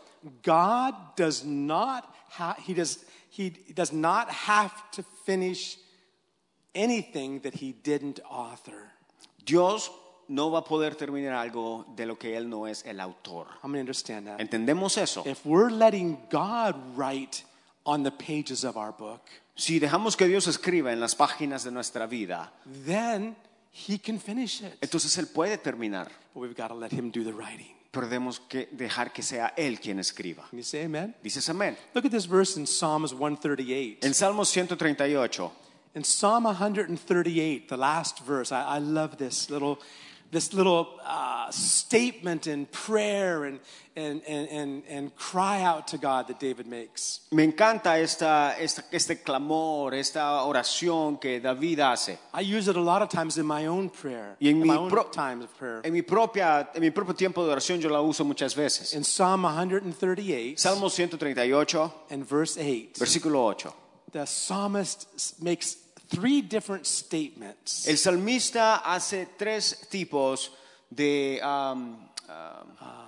Speaker 1: God does not ha- he does he does not have to finish anything that he didn't author.
Speaker 4: Dios no va a poder terminar algo de lo que Él no es el autor.
Speaker 1: How many understand that?
Speaker 4: ¿Entendemos eso?
Speaker 1: If we're letting God write on the pages of our book,
Speaker 4: Si dejamos que Dios escriba en las páginas de nuestra vida,
Speaker 1: then he can finish it.
Speaker 4: entonces Él puede terminar.
Speaker 1: But we've got to let him do the writing.
Speaker 4: pero debemos que dejar que sea Él quien escriba.
Speaker 1: Can you say amen?
Speaker 4: Dices amén.
Speaker 1: Look at this verse in Psalms 138.
Speaker 4: En Salmos 138,
Speaker 1: In Psalm 138, the last verse, I, I love this little, this little uh, statement in prayer and, and, and, and, and cry out to God that David makes.
Speaker 4: me encanta esta, esta- este clamor, esta oración que David hace.
Speaker 1: I use it a lot of times in my own prayer,
Speaker 4: Y en
Speaker 1: in
Speaker 4: mi,
Speaker 1: my own
Speaker 4: pro-
Speaker 1: times of prayer.
Speaker 4: en mi propia, en mi propio tiempo de oración yo la uso muchas veces.
Speaker 1: In Psalm 138
Speaker 4: Salmo 138,
Speaker 1: and verse 8,
Speaker 4: versículo 8.
Speaker 1: the psalmist s- makes three different statements.
Speaker 4: El salmista hace tres tipos de... um, um,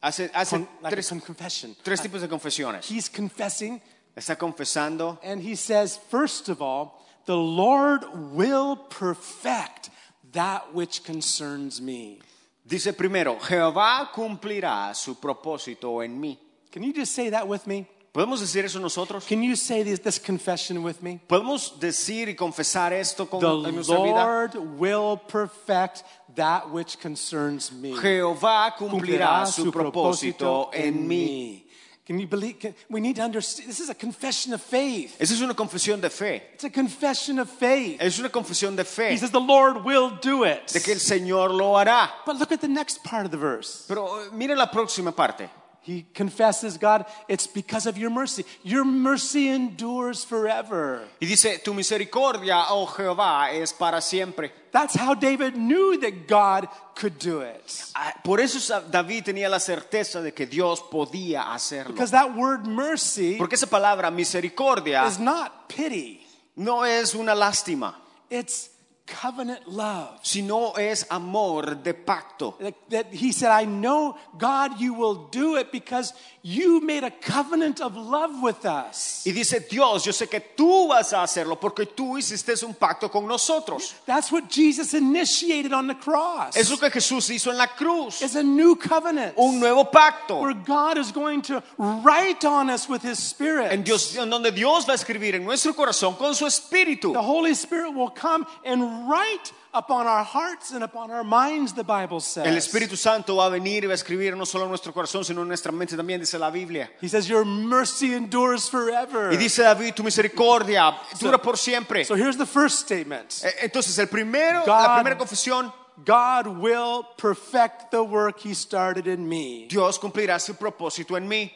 Speaker 4: hace hace
Speaker 1: Con- like
Speaker 4: tres,
Speaker 1: a con- confession.
Speaker 4: tres tipos de confesiones.
Speaker 1: He's confessing
Speaker 4: Está confesando
Speaker 1: And he says, first of all, the Lord will perfect that which concerns me.
Speaker 4: Dice primero, Jehová cumplirá su propósito en mí.
Speaker 1: Can you just say that with me?
Speaker 4: ¿Podemos decir eso nosotros?
Speaker 1: Can you say this, this confession with me?
Speaker 4: ¿Podemos decir y confesar esto con,
Speaker 1: The
Speaker 4: en nuestra vida?
Speaker 1: Lord will perfect that which concerns me.
Speaker 4: Jehová cumplirá su propósito en mí.
Speaker 1: Can you believe? Can, we need to understand. This is a confession of faith.
Speaker 4: Esa es una confesión de fe.
Speaker 1: It's a confession of faith.
Speaker 4: Es una confesión de
Speaker 1: He
Speaker 4: fe
Speaker 1: says, The Lord will do it.
Speaker 4: Eh. de que el Señor lo hará.
Speaker 1: But look at the next part of the verse.
Speaker 4: Pero eh, mira la próxima parte.
Speaker 1: He confesses, God, it's because of your mercy. Your mercy endures forever.
Speaker 4: Y dice, tu misericordia, oh Jehová, es para siempre.
Speaker 1: That's how David knew that God could do it.
Speaker 4: Ah, Por eso sa- David tenía la certeza de que Dios podía hacerlo.
Speaker 1: Because that word mercy
Speaker 4: Porque esa palabra misericordia
Speaker 1: is not pity,
Speaker 4: no es una lástima,
Speaker 1: it's covenant love.
Speaker 4: sino es amor de pacto.
Speaker 1: That, that he said, I know, God, you will do it because you made a covenant of love with us.
Speaker 4: Y dice, Dios, yo sé que tú vas a hacerlo porque tú hiciste un pacto con nosotros.
Speaker 1: That's what Jesus initiated on the cross.
Speaker 4: Es lo que Jesús hizo en la cruz,
Speaker 1: It's a new covenant.
Speaker 4: un nuevo pacto
Speaker 1: where God is going to write on us with His Spirit.
Speaker 4: en, Dios, en donde Dios va a escribir en nuestro corazón con su espíritu.
Speaker 1: the Holy Spirit will come and write upon our hearts and upon our minds, the Bible says.
Speaker 4: El Espíritu Santo va a venir y va a escribir no solo en nuestro corazón, sino en nuestra mente también, dice la Biblia.
Speaker 1: He says, Your mercy endures forever.
Speaker 4: Y dice David, tu misericordia dura por siempre.
Speaker 1: so here's the first statement
Speaker 4: Eh, Entonces, el primero,
Speaker 1: God-
Speaker 4: la primera confesión,
Speaker 1: God will perfect the work He started in me.
Speaker 4: Dios cumplirá su propósito en mí.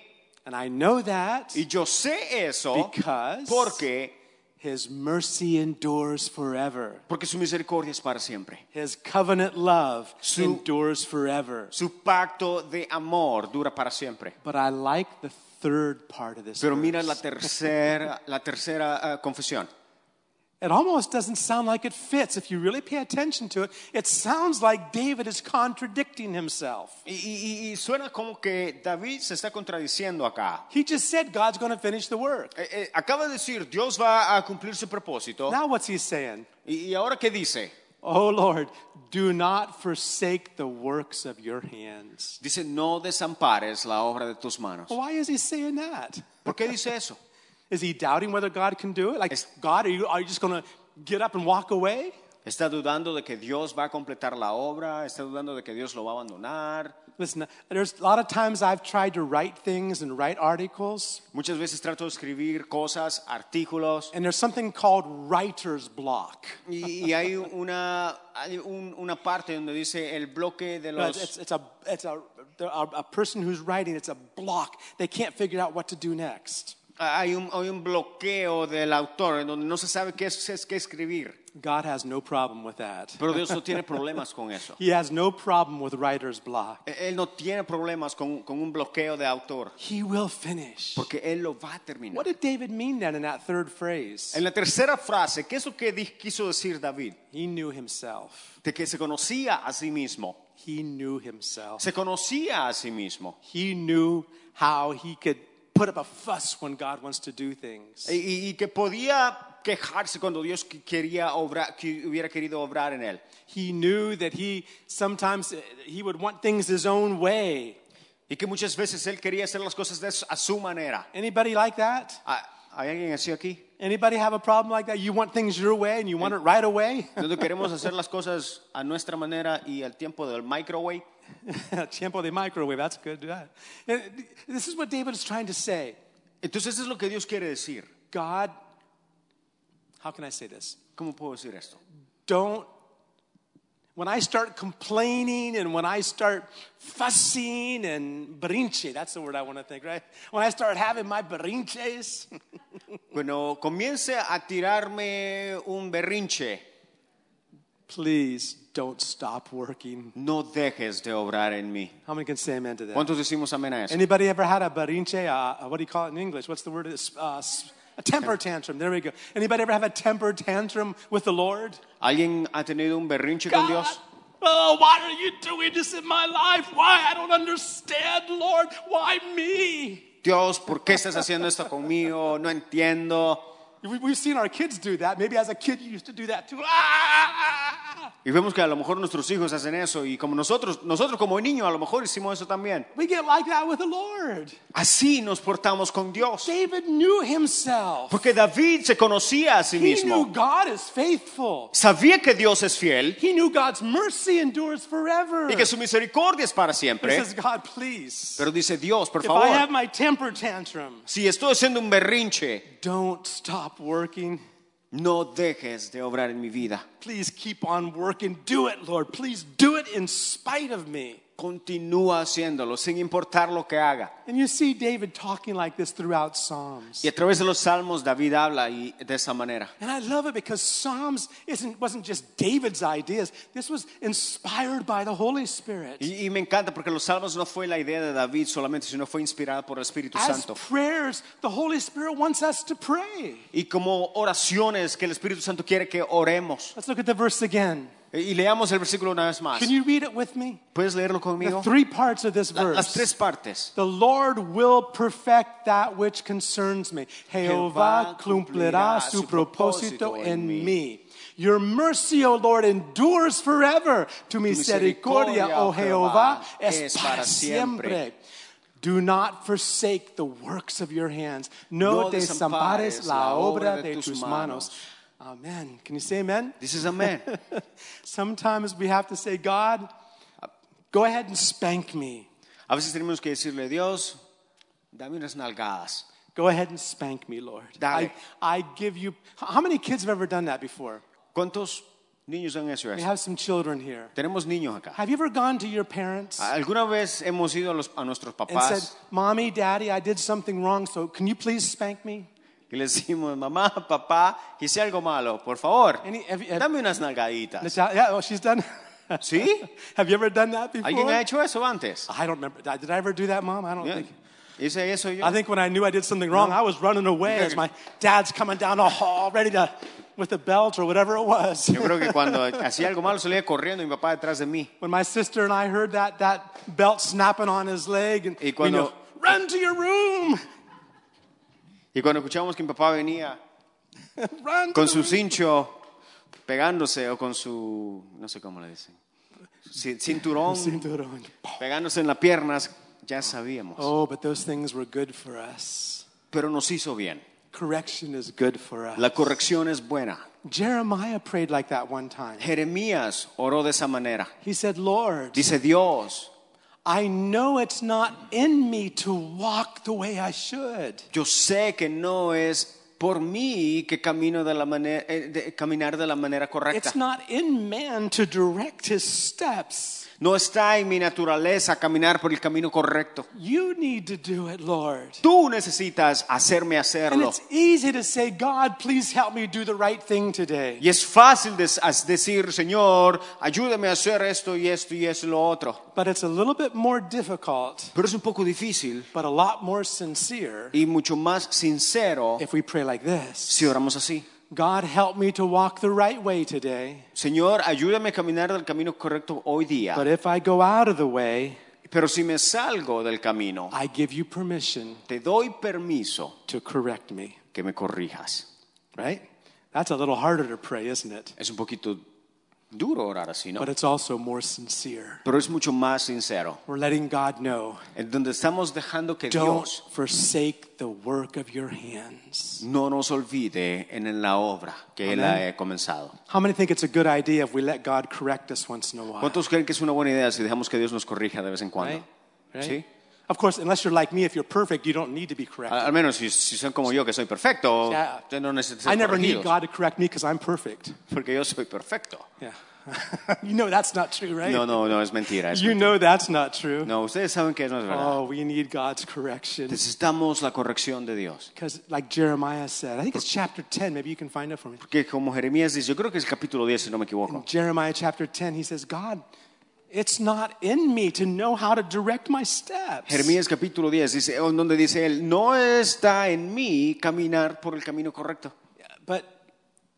Speaker 1: And I know that
Speaker 4: Y yo sé eso
Speaker 1: Because-
Speaker 4: porque,
Speaker 1: His mercy endures forever.
Speaker 4: porque su misericordia es para siempre.
Speaker 1: His covenant love
Speaker 4: Su-
Speaker 1: endures forever.
Speaker 4: Su pacto de amor dura para siempre.
Speaker 1: But I like the third part of this.
Speaker 4: Pero mira
Speaker 1: verse.
Speaker 4: la tercera, la tercera eh, confesión.
Speaker 1: It almost doesn't sound like it fits. If you really pay attention to it, it sounds like David is contradicting himself.
Speaker 4: Y, y- y- y suena como que David se está contradiciendo acá.
Speaker 1: He just said God's going to finish the work.
Speaker 4: Eh, eh, acaba de decir, Dios va a cumplir su propósito.
Speaker 1: Now, what's he saying?
Speaker 4: ¿Y, y ahora qué dice?
Speaker 1: Oh Lord, do not forsake the works of your hands.
Speaker 4: Dice, no desampares la obra de tus manos.
Speaker 1: Why is he saying that?
Speaker 4: ¿Por qué dice eso?
Speaker 1: Is he doubting whether God can do it? Like,
Speaker 4: Es-
Speaker 1: God, are you, are you just going to get up and walk away?
Speaker 4: ¿Está dudando de que Dios va a completar la obra? ¿Está dudando de que Dios lo va a abandonar?
Speaker 1: Listen, there's a lot of times I've tried to write things and write articles,
Speaker 4: Muchas veces trato de escribir cosas, artículos,
Speaker 1: and there's something called writer's block.
Speaker 4: y, y hay, una, hay un- una parte donde dice el bloque de
Speaker 1: No,
Speaker 4: los...
Speaker 1: it's, it's, it's a, it's a, there are- a person who's writing, it's a block. They can't figure out what to do next.
Speaker 4: hay, un, hay un bloqueo del autor en donde no se sabe qué, es, es- qué escribir.
Speaker 1: God has no problem with that.
Speaker 4: Pero Dios no tiene problemas con eso.
Speaker 1: He has no problem with writer's block.
Speaker 4: E- Él no tiene problemas con, con un bloqueo de autor,
Speaker 1: He will finish.
Speaker 4: porque Él lo va a terminar.
Speaker 1: What did David mean then in that third phrase?
Speaker 4: En la tercera frase, ¿qué es lo que di- quiso decir David?
Speaker 1: He knew himself.
Speaker 4: De que se conocía a sí mismo.
Speaker 1: He knew himself.
Speaker 4: Se conocía a sí mismo.
Speaker 1: He knew how he could put up a fuss when God wants to do things.
Speaker 4: Y- Y, y que podía quejarse cuando Dios que- quería obrar, que hubiera querido obrar en él.
Speaker 1: He knew that he sometimes uh, he would want things his own way.
Speaker 4: Y que muchas veces él quería hacer las cosas de su- a su manera.
Speaker 1: Anybody like that?
Speaker 4: Ah, ¿Hay alguien así aquí?
Speaker 1: Anybody have a problem like that? You want things your way and you want it right away?
Speaker 4: Donde queremos hacer las cosas a nuestra manera y al tiempo del microwave.
Speaker 1: Tiempo de microwave, that's good. yeah. And This is what David is trying to say.
Speaker 4: Entonces eso es lo que Dios quiere decir.
Speaker 1: God, how can I say this?
Speaker 4: ¿Cómo puedo decir esto?
Speaker 1: Don't, when I start complaining and when I start fussing and brinche, that's the word I want to think, right? When I start having my brinches,
Speaker 4: Bueno, comience a tirarme un berrinche.
Speaker 1: please don't stop working.
Speaker 4: No dejes de obrar en mí.
Speaker 1: How many can say amen to that?
Speaker 4: ¿Cuántos decimos amén a eso?
Speaker 1: Anybody ever had a barinche? Uh, uh, what do you call it in English? What's the word? It's, Uh, s- a temper tantrum. There we go. Anybody ever have a temper tantrum with the Lord?
Speaker 4: ¿Alguien ha tenido un berrinche con Dios?
Speaker 1: Oh, why are you doing this in my life? Why? I don't understand, Lord. Why me?
Speaker 4: Dios, ¿por qué estás haciendo esto conmigo? No entiendo.
Speaker 1: We- We've seen our kids do that. Maybe as a kid, you used to do that too. Ah!
Speaker 4: Y vemos que a lo mejor nuestros hijos hacen eso y como nosotros, nosotros como niños a lo mejor hicimos eso también.
Speaker 1: We get like that with the Lord.
Speaker 4: Así nos portamos con Dios.
Speaker 1: David knew himself.
Speaker 4: Porque David se conocía a sí
Speaker 1: He knew
Speaker 4: mismo.
Speaker 1: God is faithful.
Speaker 4: Sabía que Dios es fiel
Speaker 1: He knew God's mercy endures forever.
Speaker 4: y que su misericordia es para
Speaker 1: He
Speaker 4: siempre.
Speaker 1: says, God, please.
Speaker 4: Pero dice Dios, por
Speaker 1: If I have
Speaker 4: favor,
Speaker 1: my temper tantrum,
Speaker 4: si estoy haciendo un berrinche,
Speaker 1: don't stop working.
Speaker 4: no dejes de obrar en mi vida.
Speaker 1: Please keep on working. Do it, Lord. Please do it in spite of me.
Speaker 4: Continúa haciéndolo sin importar lo que haga.
Speaker 1: And you see David talking like this throughout Psalms.
Speaker 4: Y a través de los salmos David habla y de esa manera.
Speaker 1: And I love it because Psalms isn't, wasn't just David's ideas. This was inspired by the Holy Spirit.
Speaker 4: Y, y me encanta porque los salmos no fue la idea de David solamente, sino fue inspirada por el Espíritu
Speaker 1: As
Speaker 4: Santo.
Speaker 1: prayers, the Holy Spirit wants us to pray.
Speaker 4: Y como oraciones que el Espíritu Santo quiere que oremos.
Speaker 1: Let's look at the verse again.
Speaker 4: Y, y leamos el versículo una vez más.
Speaker 1: Can you read it with me?
Speaker 4: ¿Puedes leerlo conmigo?
Speaker 1: The three parts of this
Speaker 4: La- las
Speaker 1: verse.
Speaker 4: tres partes.
Speaker 1: The Lord will perfect that which concerns me. Jehová
Speaker 4: Jehová
Speaker 1: cumplirá
Speaker 4: cumplirá
Speaker 1: su
Speaker 4: su
Speaker 1: propósito
Speaker 4: propósito
Speaker 1: en
Speaker 4: en mí.
Speaker 1: mí. Your mercy, O Lord, endures forever. Tu misericordia,
Speaker 4: misericordia,
Speaker 1: O
Speaker 4: oh
Speaker 1: Jehová,
Speaker 4: Jehová,
Speaker 1: es
Speaker 4: es
Speaker 1: para
Speaker 4: para siempre.
Speaker 1: siempre. Do not forsake the works of your hands. No,
Speaker 4: No
Speaker 1: desampares
Speaker 4: desampares
Speaker 1: la
Speaker 4: la
Speaker 1: obra
Speaker 4: obra
Speaker 1: de
Speaker 4: de
Speaker 1: tus
Speaker 4: tus
Speaker 1: manos. Amen. Can you say amen?
Speaker 4: Dices amén.
Speaker 1: Sometimes we have to say, God, go ahead and spank me.
Speaker 4: A veces tenemos que decirle, Dios, dame unas nalgadas.
Speaker 1: Go ahead and spank me, Lord.
Speaker 4: Dale.
Speaker 1: I, I give you. How many kids have ever done that before?
Speaker 4: ¿Cuántos niños han hecho
Speaker 1: We
Speaker 4: eso?
Speaker 1: have some children here.
Speaker 4: Tenemos niños acá.
Speaker 1: Have you ever gone to your parents
Speaker 4: ¿Alguna vez hemos ido a, los- a nuestros
Speaker 1: and said,
Speaker 4: papás
Speaker 1: Mommy, Daddy, I did something wrong, so can you please spank me?
Speaker 4: y les decimos, mamá, papá, hice algo malo, por favor,
Speaker 1: Any- have you-
Speaker 4: dame unas nalgaditas?
Speaker 1: Natalia, yeah, oh, she's done.
Speaker 4: ¿Sí?
Speaker 1: have you ever done that before?
Speaker 4: ¿Alguien ha hecho eso antes?
Speaker 1: I don't remember. Did I ever do that, Mom? I don't
Speaker 4: Bien.
Speaker 1: think.
Speaker 4: Hice eso yo.
Speaker 1: I think when I knew I did something wrong, I was running away
Speaker 4: creo
Speaker 1: as
Speaker 4: que-
Speaker 1: my dad's coming down the hall, ready to, with a belt or whatever it was.
Speaker 4: Yo creo que cuando hacía algo malo salía corriendo mi papá detrás de mí.
Speaker 1: When my sister and I heard that, that belt snapping on his leg, and
Speaker 4: Y cuando-
Speaker 1: we knew, run to your room,
Speaker 4: Y cuando escuchábamos que mi papá venía
Speaker 1: run. to
Speaker 4: con
Speaker 1: the
Speaker 4: su
Speaker 1: room."
Speaker 4: cincho pegándose o con su, no sé cómo le dicen, ci- cinturón
Speaker 1: Cinturón.
Speaker 4: pegándose en las piernas, ya sabíamos.
Speaker 1: Oh, but those things were good for us.
Speaker 4: Pero nos hizo bien.
Speaker 1: Correction is good for us.
Speaker 4: La corrección es buena.
Speaker 1: Jeremiah prayed like that one time.
Speaker 4: Jeremías oró de esa manera.
Speaker 1: He said, Lord,
Speaker 4: Dice Dios,
Speaker 1: I know it's not in me to walk the way I should.
Speaker 4: yo sé que no es por mí que camino de la manera, eh, de- caminar de la manera correcta.
Speaker 1: It's not in man to direct his steps.
Speaker 4: No está en mi naturaleza caminar por el camino correcto.
Speaker 1: You need to do it, Lord.
Speaker 4: Tú necesitas hacerme
Speaker 1: And
Speaker 4: hacerlo.
Speaker 1: it's easy to say, God, please help me do the right thing today.
Speaker 4: Y es fácil des- as- decir, Señor, ayúdame a hacer esto y esto y es lo otro.
Speaker 1: But it's a little bit more difficult,
Speaker 4: Pero es un poco difícil
Speaker 1: but a lot more sincere
Speaker 4: y mucho más sincero
Speaker 1: if we pray like this
Speaker 4: si oramos así.
Speaker 1: God, help me to walk the right way today.
Speaker 4: Señor, ayúdame a caminar del camino correcto hoy día.
Speaker 1: But if I go out of the way,
Speaker 4: Pero si me salgo del camino,
Speaker 1: I give you permission
Speaker 4: te doy permiso
Speaker 1: to correct me,
Speaker 4: que me corrijas.
Speaker 1: right? That's a little harder to pray, isn't it?
Speaker 4: Es un poquito Duro orar así, ¿no?
Speaker 1: but it's also more sincere.
Speaker 4: Pero es mucho más sincero.
Speaker 1: We're letting God know
Speaker 4: En donde estamos dejando que
Speaker 1: don't
Speaker 4: Dios
Speaker 1: forsake the work of your hands.
Speaker 4: no nos olvide en la obra que Él ha comenzado.
Speaker 1: How many think it's a good idea if we let God correct us once in a while?
Speaker 4: ¿Cuántos creen que es una buena idea si dejamos que Dios nos corrija de vez en cuando?
Speaker 1: Right? Right?
Speaker 4: ¿Sí?
Speaker 1: Of course, unless you're like me, if you're perfect, you don't need to be
Speaker 4: Al,
Speaker 1: corrected.
Speaker 4: al menos si, si son como yo, que soy perfecto,
Speaker 1: Yeah.
Speaker 4: yo no necesito
Speaker 1: I
Speaker 4: ser
Speaker 1: never need
Speaker 4: corregidos,
Speaker 1: God to correct me because I'm perfect.
Speaker 4: porque yo soy perfecto.
Speaker 1: Yeah. you know that's not true, right?
Speaker 4: No, no, no, es mentira. es
Speaker 1: You
Speaker 4: mentira.
Speaker 1: know that's not true.
Speaker 4: No, ustedes saben que no es verdad.
Speaker 1: Oh, we need God's correction.
Speaker 4: Necesitamos la corrección de Dios.
Speaker 1: Because, like Jeremiah said, I think it's chapter 10, maybe you can find out for me.
Speaker 4: Que como Jeremías dice, yo creo que es capítulo 10, si no me equivoco.
Speaker 1: Jeremiah chapter 10, he says, God, it's not in me to know how to direct my steps.
Speaker 4: Jeremías capítulo 10, dice, oh, en donde dice él, no está en mí caminar por el camino correcto.
Speaker 1: But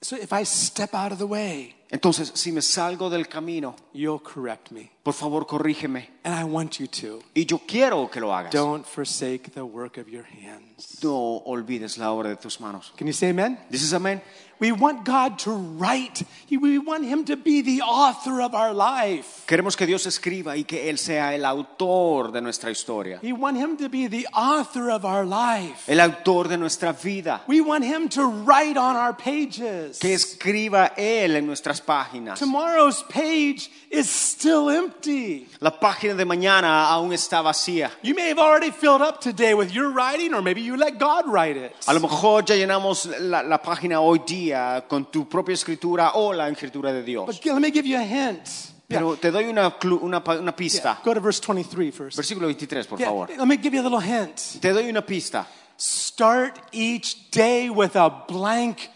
Speaker 1: so if I step out of the way,
Speaker 4: Entonces, si me salgo del camino,
Speaker 1: you'll correct me.
Speaker 4: por favor, corrígeme.
Speaker 1: And I want you to.
Speaker 4: Y yo quiero que lo hagas.
Speaker 1: Don't forsake the work of your hands.
Speaker 4: No olvides la obra de tus manos.
Speaker 1: Can you say amen?
Speaker 4: Dices amén.
Speaker 1: We want God to write, we want Him to be the author of our life.
Speaker 4: Queremos que Dios escriba y que Él sea el autor de nuestra historia,
Speaker 1: We want Him to be the author of our life.
Speaker 4: el autor de nuestra vida.
Speaker 1: We want Him to write on our pages.
Speaker 4: Que escriba Él en nuestras páginas.
Speaker 1: Tomorrow's page is still empty.
Speaker 4: La página de mañana aún está vacía.
Speaker 1: You may have already filled up today with your writing, or maybe you let God write it.
Speaker 4: A lo mejor ya llenamos la, la página hoy día con tu propia escritura o la escritura de Dios.
Speaker 1: But g- let me give you a hint. Yeah.
Speaker 4: Pero te doy una, clu- una, pa- una pista.
Speaker 1: Go to verse 23 first.
Speaker 4: Versículo 23, por
Speaker 1: Yeah,
Speaker 4: favor.
Speaker 1: Let me give you a little hint.
Speaker 4: Te doy una pista.
Speaker 1: Start each day with a blank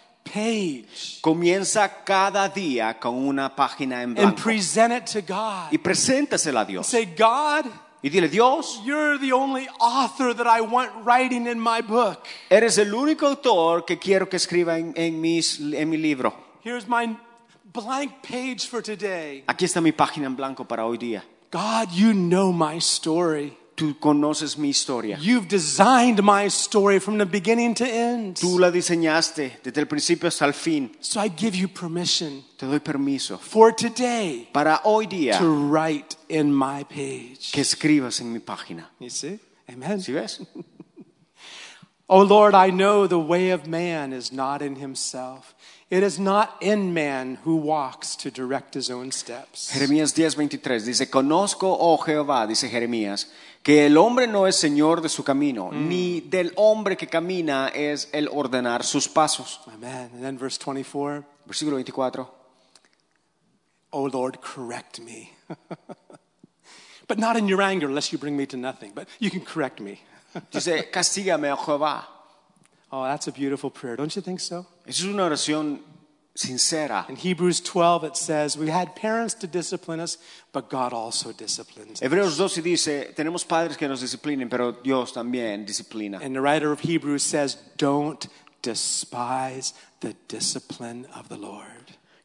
Speaker 1: page
Speaker 4: Comienza cada día con una página en
Speaker 1: and
Speaker 4: blanco
Speaker 1: present it to God.
Speaker 4: y preséntasela a Dios.
Speaker 1: Say, God,
Speaker 4: Y dile, Dios,
Speaker 1: you're the only author that I want writing in my book.
Speaker 4: eres el único autor que quiero que escriba en, en mis, en mi libro.
Speaker 1: Here's my blank page for today.
Speaker 4: Aquí está mi página en blanco para hoy día.
Speaker 1: God, you know my story.
Speaker 4: Tú conoces mi historia.
Speaker 1: You've designed my story from the beginning to end.
Speaker 4: Tú la diseñaste desde el principio hasta el fin.
Speaker 1: So I give you permission
Speaker 4: Te doy permiso
Speaker 1: for today
Speaker 4: para hoy día
Speaker 1: to write in my page.
Speaker 4: que escribas en mi página.
Speaker 1: You see? Amen.
Speaker 4: ¿Sí ves?
Speaker 1: Oh Lord, I know the way of man is not in himself. It is not in man who walks to direct his own steps.
Speaker 4: Jeremías 10:23 dice, conozco, oh Jehová, dice Jeremías, que el hombre no es señor de su camino, ni del hombre que camina es el ordenar sus pasos.
Speaker 1: Amen. And then verse 24,
Speaker 4: Versículo 24.
Speaker 1: oh Lord, correct me. but not in your anger, lest you bring me to nothing. But you can correct me.
Speaker 4: Dice, castígame, oh Jehová.
Speaker 1: Oh, that's a beautiful prayer, don't you think so?
Speaker 4: Esa es una oración sincera.
Speaker 1: In Hebrews 12, it says, We had parents to discipline us, but God also disciplines. us."
Speaker 4: Hebreos 12 dice, tenemos padres que nos disciplinen, pero Dios también disciplina.
Speaker 1: And the writer of Hebrews says, Don't despise the discipline of the Lord.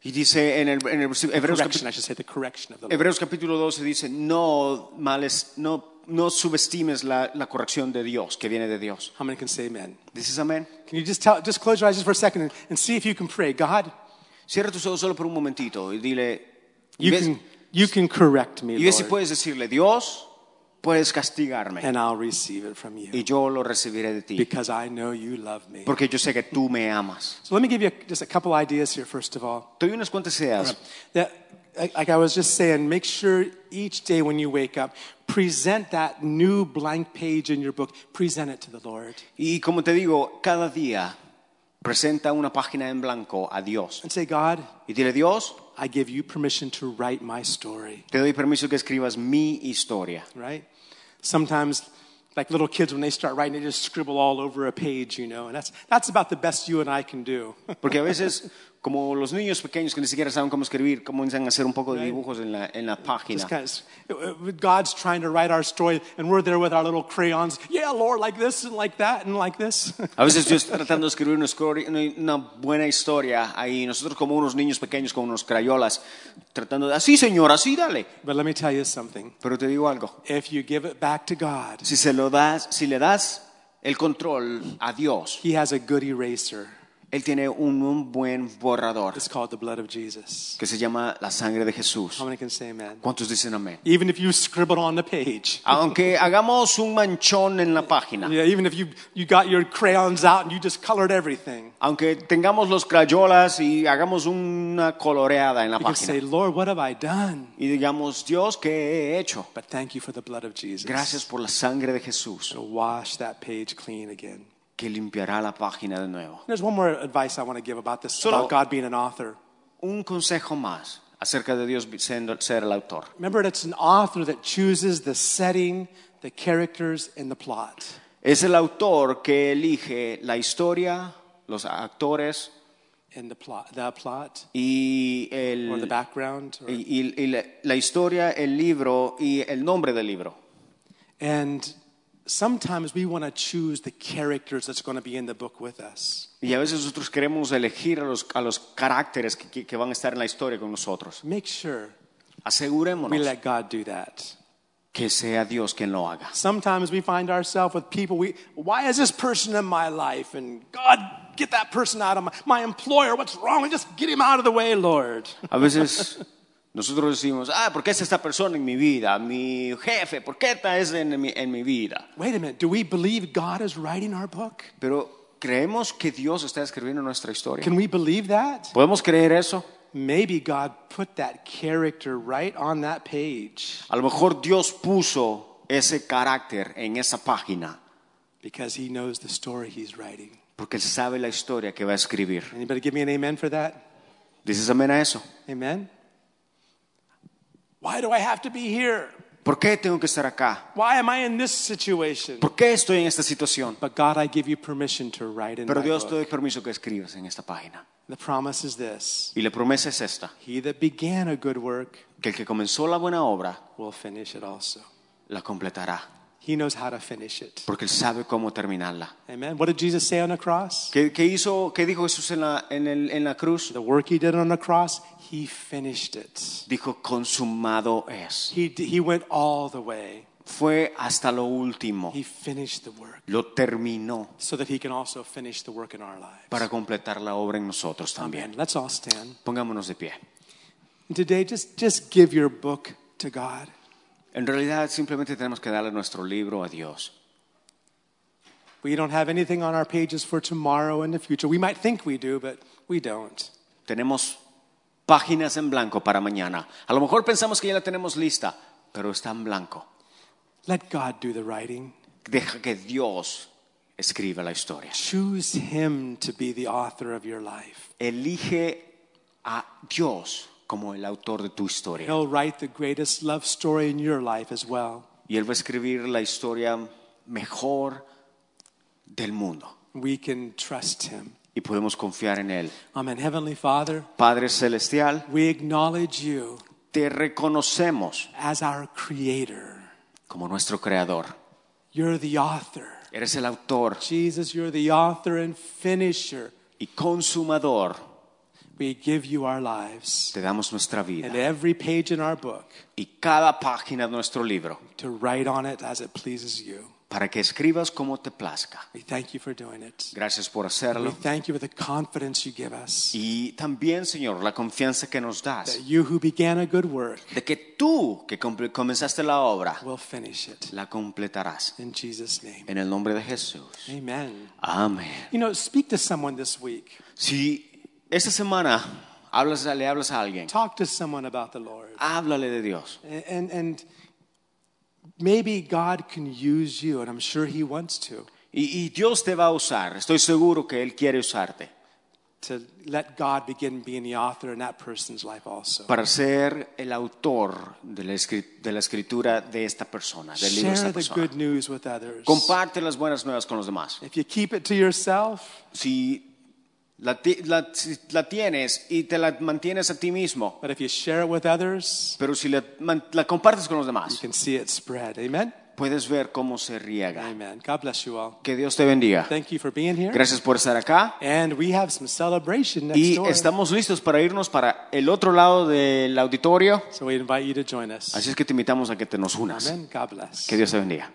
Speaker 4: Y dice en el, en el versículo- Hebreos,
Speaker 1: Correction, I
Speaker 4: capi-
Speaker 1: should say, the correction of the Lord.
Speaker 4: Hebreos capítulo 12 dice, no, males, no, no subestimes la, la corrección de Dios, que viene de Dios.
Speaker 1: How many can say amen?
Speaker 4: ¿Dices amén?
Speaker 1: Can you just tell, just close your eyes just for a second and, and see if you can pray. God,
Speaker 4: Cierra tus ojos solo por un momentito y dile, y
Speaker 1: you
Speaker 4: ves-
Speaker 1: can, you can correct me,
Speaker 4: y ves si
Speaker 1: Lord,
Speaker 4: puedes decirle, Dios, puedes castigarme
Speaker 1: and I'll receive it from you
Speaker 4: y yo lo recibiré de ti,
Speaker 1: because I know you love me.
Speaker 4: porque yo sé que tú me amas.
Speaker 1: So let me give you just a couple ideas here, first of all.
Speaker 4: Te doy unas cuantas ideas.
Speaker 1: That, like I was just saying, make sure each day when you wake up, present that new blank page in your book, present it to the Lord.
Speaker 4: Y como te digo, cada día presenta una página en blanco a Dios
Speaker 1: And say, God,
Speaker 4: y dile, Dios,
Speaker 1: I give you permission to write my story,
Speaker 4: te doy permiso que escribas mi historia.
Speaker 1: right? Sometimes, like little kids, when they start writing, they just scribble all over a page, you know, and that's, that's about the best you and I can do.
Speaker 4: Porque a veces, como los niños pequeños que ni siquiera saben cómo escribir, comienzan a hacer un poco de dibujos en la, en la página.
Speaker 1: Just kind of, God's trying to write our story, and we're there with our little crayons, yeah, Lord, like this and like that and like this.
Speaker 4: A veces yo estoy tratando de escribir una, escori- una- una buena historia ahí, nosotros como unos niños pequeños con unos crayolas, tratando de, así señor, así dale.
Speaker 1: but let me tell you something.
Speaker 4: Pero te digo algo,
Speaker 1: If you give it back to God,
Speaker 4: si, se lo das, si le das el control a Dios,
Speaker 1: He has a good eraser.
Speaker 4: Él tiene un, un buen borrador
Speaker 1: It's called the blood of Jesus.
Speaker 4: que se llama la sangre de Jesús.
Speaker 1: How many can say amen?
Speaker 4: ¿Cuántos dicen amén?
Speaker 1: Even if you scribble on the page.
Speaker 4: Aunque hagamos un manchón en la página,
Speaker 1: Yeah, even if you, you got your crayons out and you just colored everything.
Speaker 4: aunque tengamos los crayolas y hagamos una coloreada en la
Speaker 1: You can say,
Speaker 4: página
Speaker 1: Lord, what have I done?
Speaker 4: y digamos, Dios, ¿qué he hecho?
Speaker 1: But thank you for the blood of Jesus.
Speaker 4: Gracias por la sangre de Jesús
Speaker 1: To wash that page clean again.
Speaker 4: que limpiará la página de nuevo.
Speaker 1: There's one more advice I want to give about this,
Speaker 4: Solo-
Speaker 1: about God being an author.
Speaker 4: Un consejo más acerca de Dios siendo- ser el autor.
Speaker 1: Remember, it's an author that chooses the setting, the characters, and the plot.
Speaker 4: Es el autor que elige la historia, los actores
Speaker 1: And the plot, the plot,
Speaker 4: y
Speaker 1: or the
Speaker 4: el,
Speaker 1: background. or-
Speaker 4: y, y- y la, la historia, el libro y el nombre del libro.
Speaker 1: And sometimes we want to choose the characters that's going to be in the book with us.
Speaker 4: Y a veces nosotros queremos elegir a los, a los caracteres que- que, que van a estar en la historia con nosotros.
Speaker 1: Make sure we
Speaker 4: Asegurémonos
Speaker 1: let God do that.
Speaker 4: que sea Dios quien lo haga.
Speaker 1: Sometimes we find ourselves with people we why is this person in my life and God get that person out of my my employer what's wrong with just get him out of the way Lord
Speaker 4: A veces nosotros decimos, ah, ¿por qué es esta persona en mi vida? Mi jefe, ¿por qué está ese en mi, en mi vida?
Speaker 1: wait a minute do we believe God is writing our book
Speaker 4: Pero creemos que Dios está escribiendo nuestra historia.
Speaker 1: can we believe that
Speaker 4: ¿Podemos creer eso?
Speaker 1: maybe God put that character right on that page
Speaker 4: A lo mejor Dios puso ese carácter en esa página
Speaker 1: because he knows the story he's writing
Speaker 4: porque Él sabe la historia que va a escribir.
Speaker 1: anybody give me an amen for that
Speaker 4: ¿Dices amén a eso?
Speaker 1: amen why do I have to be here
Speaker 4: ¿Por qué tengo que estar acá?
Speaker 1: why am I in this situation
Speaker 4: ¿Por qué estoy en esta situación?
Speaker 1: but God I give you permission to write in
Speaker 4: Pero
Speaker 1: my
Speaker 4: Dios
Speaker 1: book.
Speaker 4: te doy permiso que escribas en esta página.
Speaker 1: The promise is this
Speaker 4: Y la promesa es esta,
Speaker 1: He that began a good work
Speaker 4: que el que comenzó la buena obra
Speaker 1: will finish it also.
Speaker 4: la completará,
Speaker 1: He knows how to finish it.
Speaker 4: porque Él sabe cómo terminarla.
Speaker 1: Amen. What did Jesus say on the cross?
Speaker 4: ¿Qué, qué hizo, qué dijo Jesús en la, en el- en la cruz?
Speaker 1: The work he did on the cross, he finished it.
Speaker 4: Dijo, consumado es.
Speaker 1: He, he went all the way.
Speaker 4: Fue hasta lo último.
Speaker 1: He finished the work
Speaker 4: Lo terminó
Speaker 1: so that he can also finish the work in our lives.
Speaker 4: para completar la obra en nosotros
Speaker 1: Amen.
Speaker 4: también.
Speaker 1: Let's all stand.
Speaker 4: Pongámonos de pie.
Speaker 1: And today, just, just give your book to God.
Speaker 4: En realidad simplemente tenemos que darle nuestro libro a Dios.
Speaker 1: We don't have anything on our pages for tomorrow and the future. We might think we do, but we don't.
Speaker 4: Tenemos páginas en blanco para mañana. A lo mejor pensamos que ya la tenemos lista, pero está en blanco.
Speaker 1: Let God do the writing.
Speaker 4: Deja que Dios escriba la historia.
Speaker 1: Choose him to be the author of your life.
Speaker 4: Elige a Dios como el autor de tu historia.
Speaker 1: He'll write the greatest love story in your life as well.
Speaker 4: Y Él va a escribir la historia mejor del mundo.
Speaker 1: We can trust him.
Speaker 4: Y podemos confiar en Él.
Speaker 1: Amen. Heavenly Father,
Speaker 4: Padre Celestial,
Speaker 1: we acknowledge you
Speaker 4: te reconocemos
Speaker 1: as our creator.
Speaker 4: como nuestro creador.
Speaker 1: You're the author.
Speaker 4: Eres el autor
Speaker 1: Jesus, you're the author and finisher.
Speaker 4: y consumador.
Speaker 1: We give you our lives
Speaker 4: Te damos nuestra vida.
Speaker 1: and every page in our book
Speaker 4: y cada página de nuestro libro
Speaker 1: to write on it as it pleases you.
Speaker 4: para que escribas como te plazca.
Speaker 1: We thank you for doing it.
Speaker 4: Gracias por
Speaker 1: We
Speaker 4: hacerlo.
Speaker 1: thank you for the confidence you give us
Speaker 4: Y también, Señor, la confianza que nos
Speaker 1: that
Speaker 4: das
Speaker 1: you who began a good work
Speaker 4: de que tú que com- comenzaste la obra,
Speaker 1: will finish it.
Speaker 4: la completarás.
Speaker 1: In Jesus' name.
Speaker 4: En el nombre de Jesús.
Speaker 1: Amen.
Speaker 4: Amén.
Speaker 1: You know, speak to someone this week.
Speaker 4: Si esta semana hablas, le hablas a alguien,
Speaker 1: Talk to someone about the Lord.
Speaker 4: háblale de Dios.
Speaker 1: And, and, and maybe God can use you, and I'm sure He wants to,
Speaker 4: Y, y Dios te va a usar. Estoy seguro que Él quiere usarte
Speaker 1: to let God begin being the author in that person's life also.
Speaker 4: para ser el autor de la, escri- de la escritura de esta persona, del libro de
Speaker 1: Share
Speaker 4: esta
Speaker 1: the
Speaker 4: persona.
Speaker 1: good news with others.
Speaker 4: Comparte las buenas nuevas con los demás.
Speaker 1: If you keep it to yourself,
Speaker 4: Si la, ti- la- si la tienes y te la mantienes a ti mismo,
Speaker 1: but if you share it with others,
Speaker 4: pero si la, man- la compartes con los
Speaker 1: you
Speaker 4: demás,
Speaker 1: can see it spread. Amen?
Speaker 4: puedes ver cómo se riega.
Speaker 1: Amen. God bless you all.
Speaker 4: Que Dios te bendiga.
Speaker 1: Thank you for being here.
Speaker 4: Gracias por estar acá.
Speaker 1: And we have some celebration next
Speaker 4: Y
Speaker 1: door.
Speaker 4: estamos listos para irnos para el otro lado del auditorio.
Speaker 1: So we invite you to join us.
Speaker 4: Así es que te invitamos a que te nos unas.
Speaker 1: Amen. God bless.
Speaker 4: Que Dios te bendiga.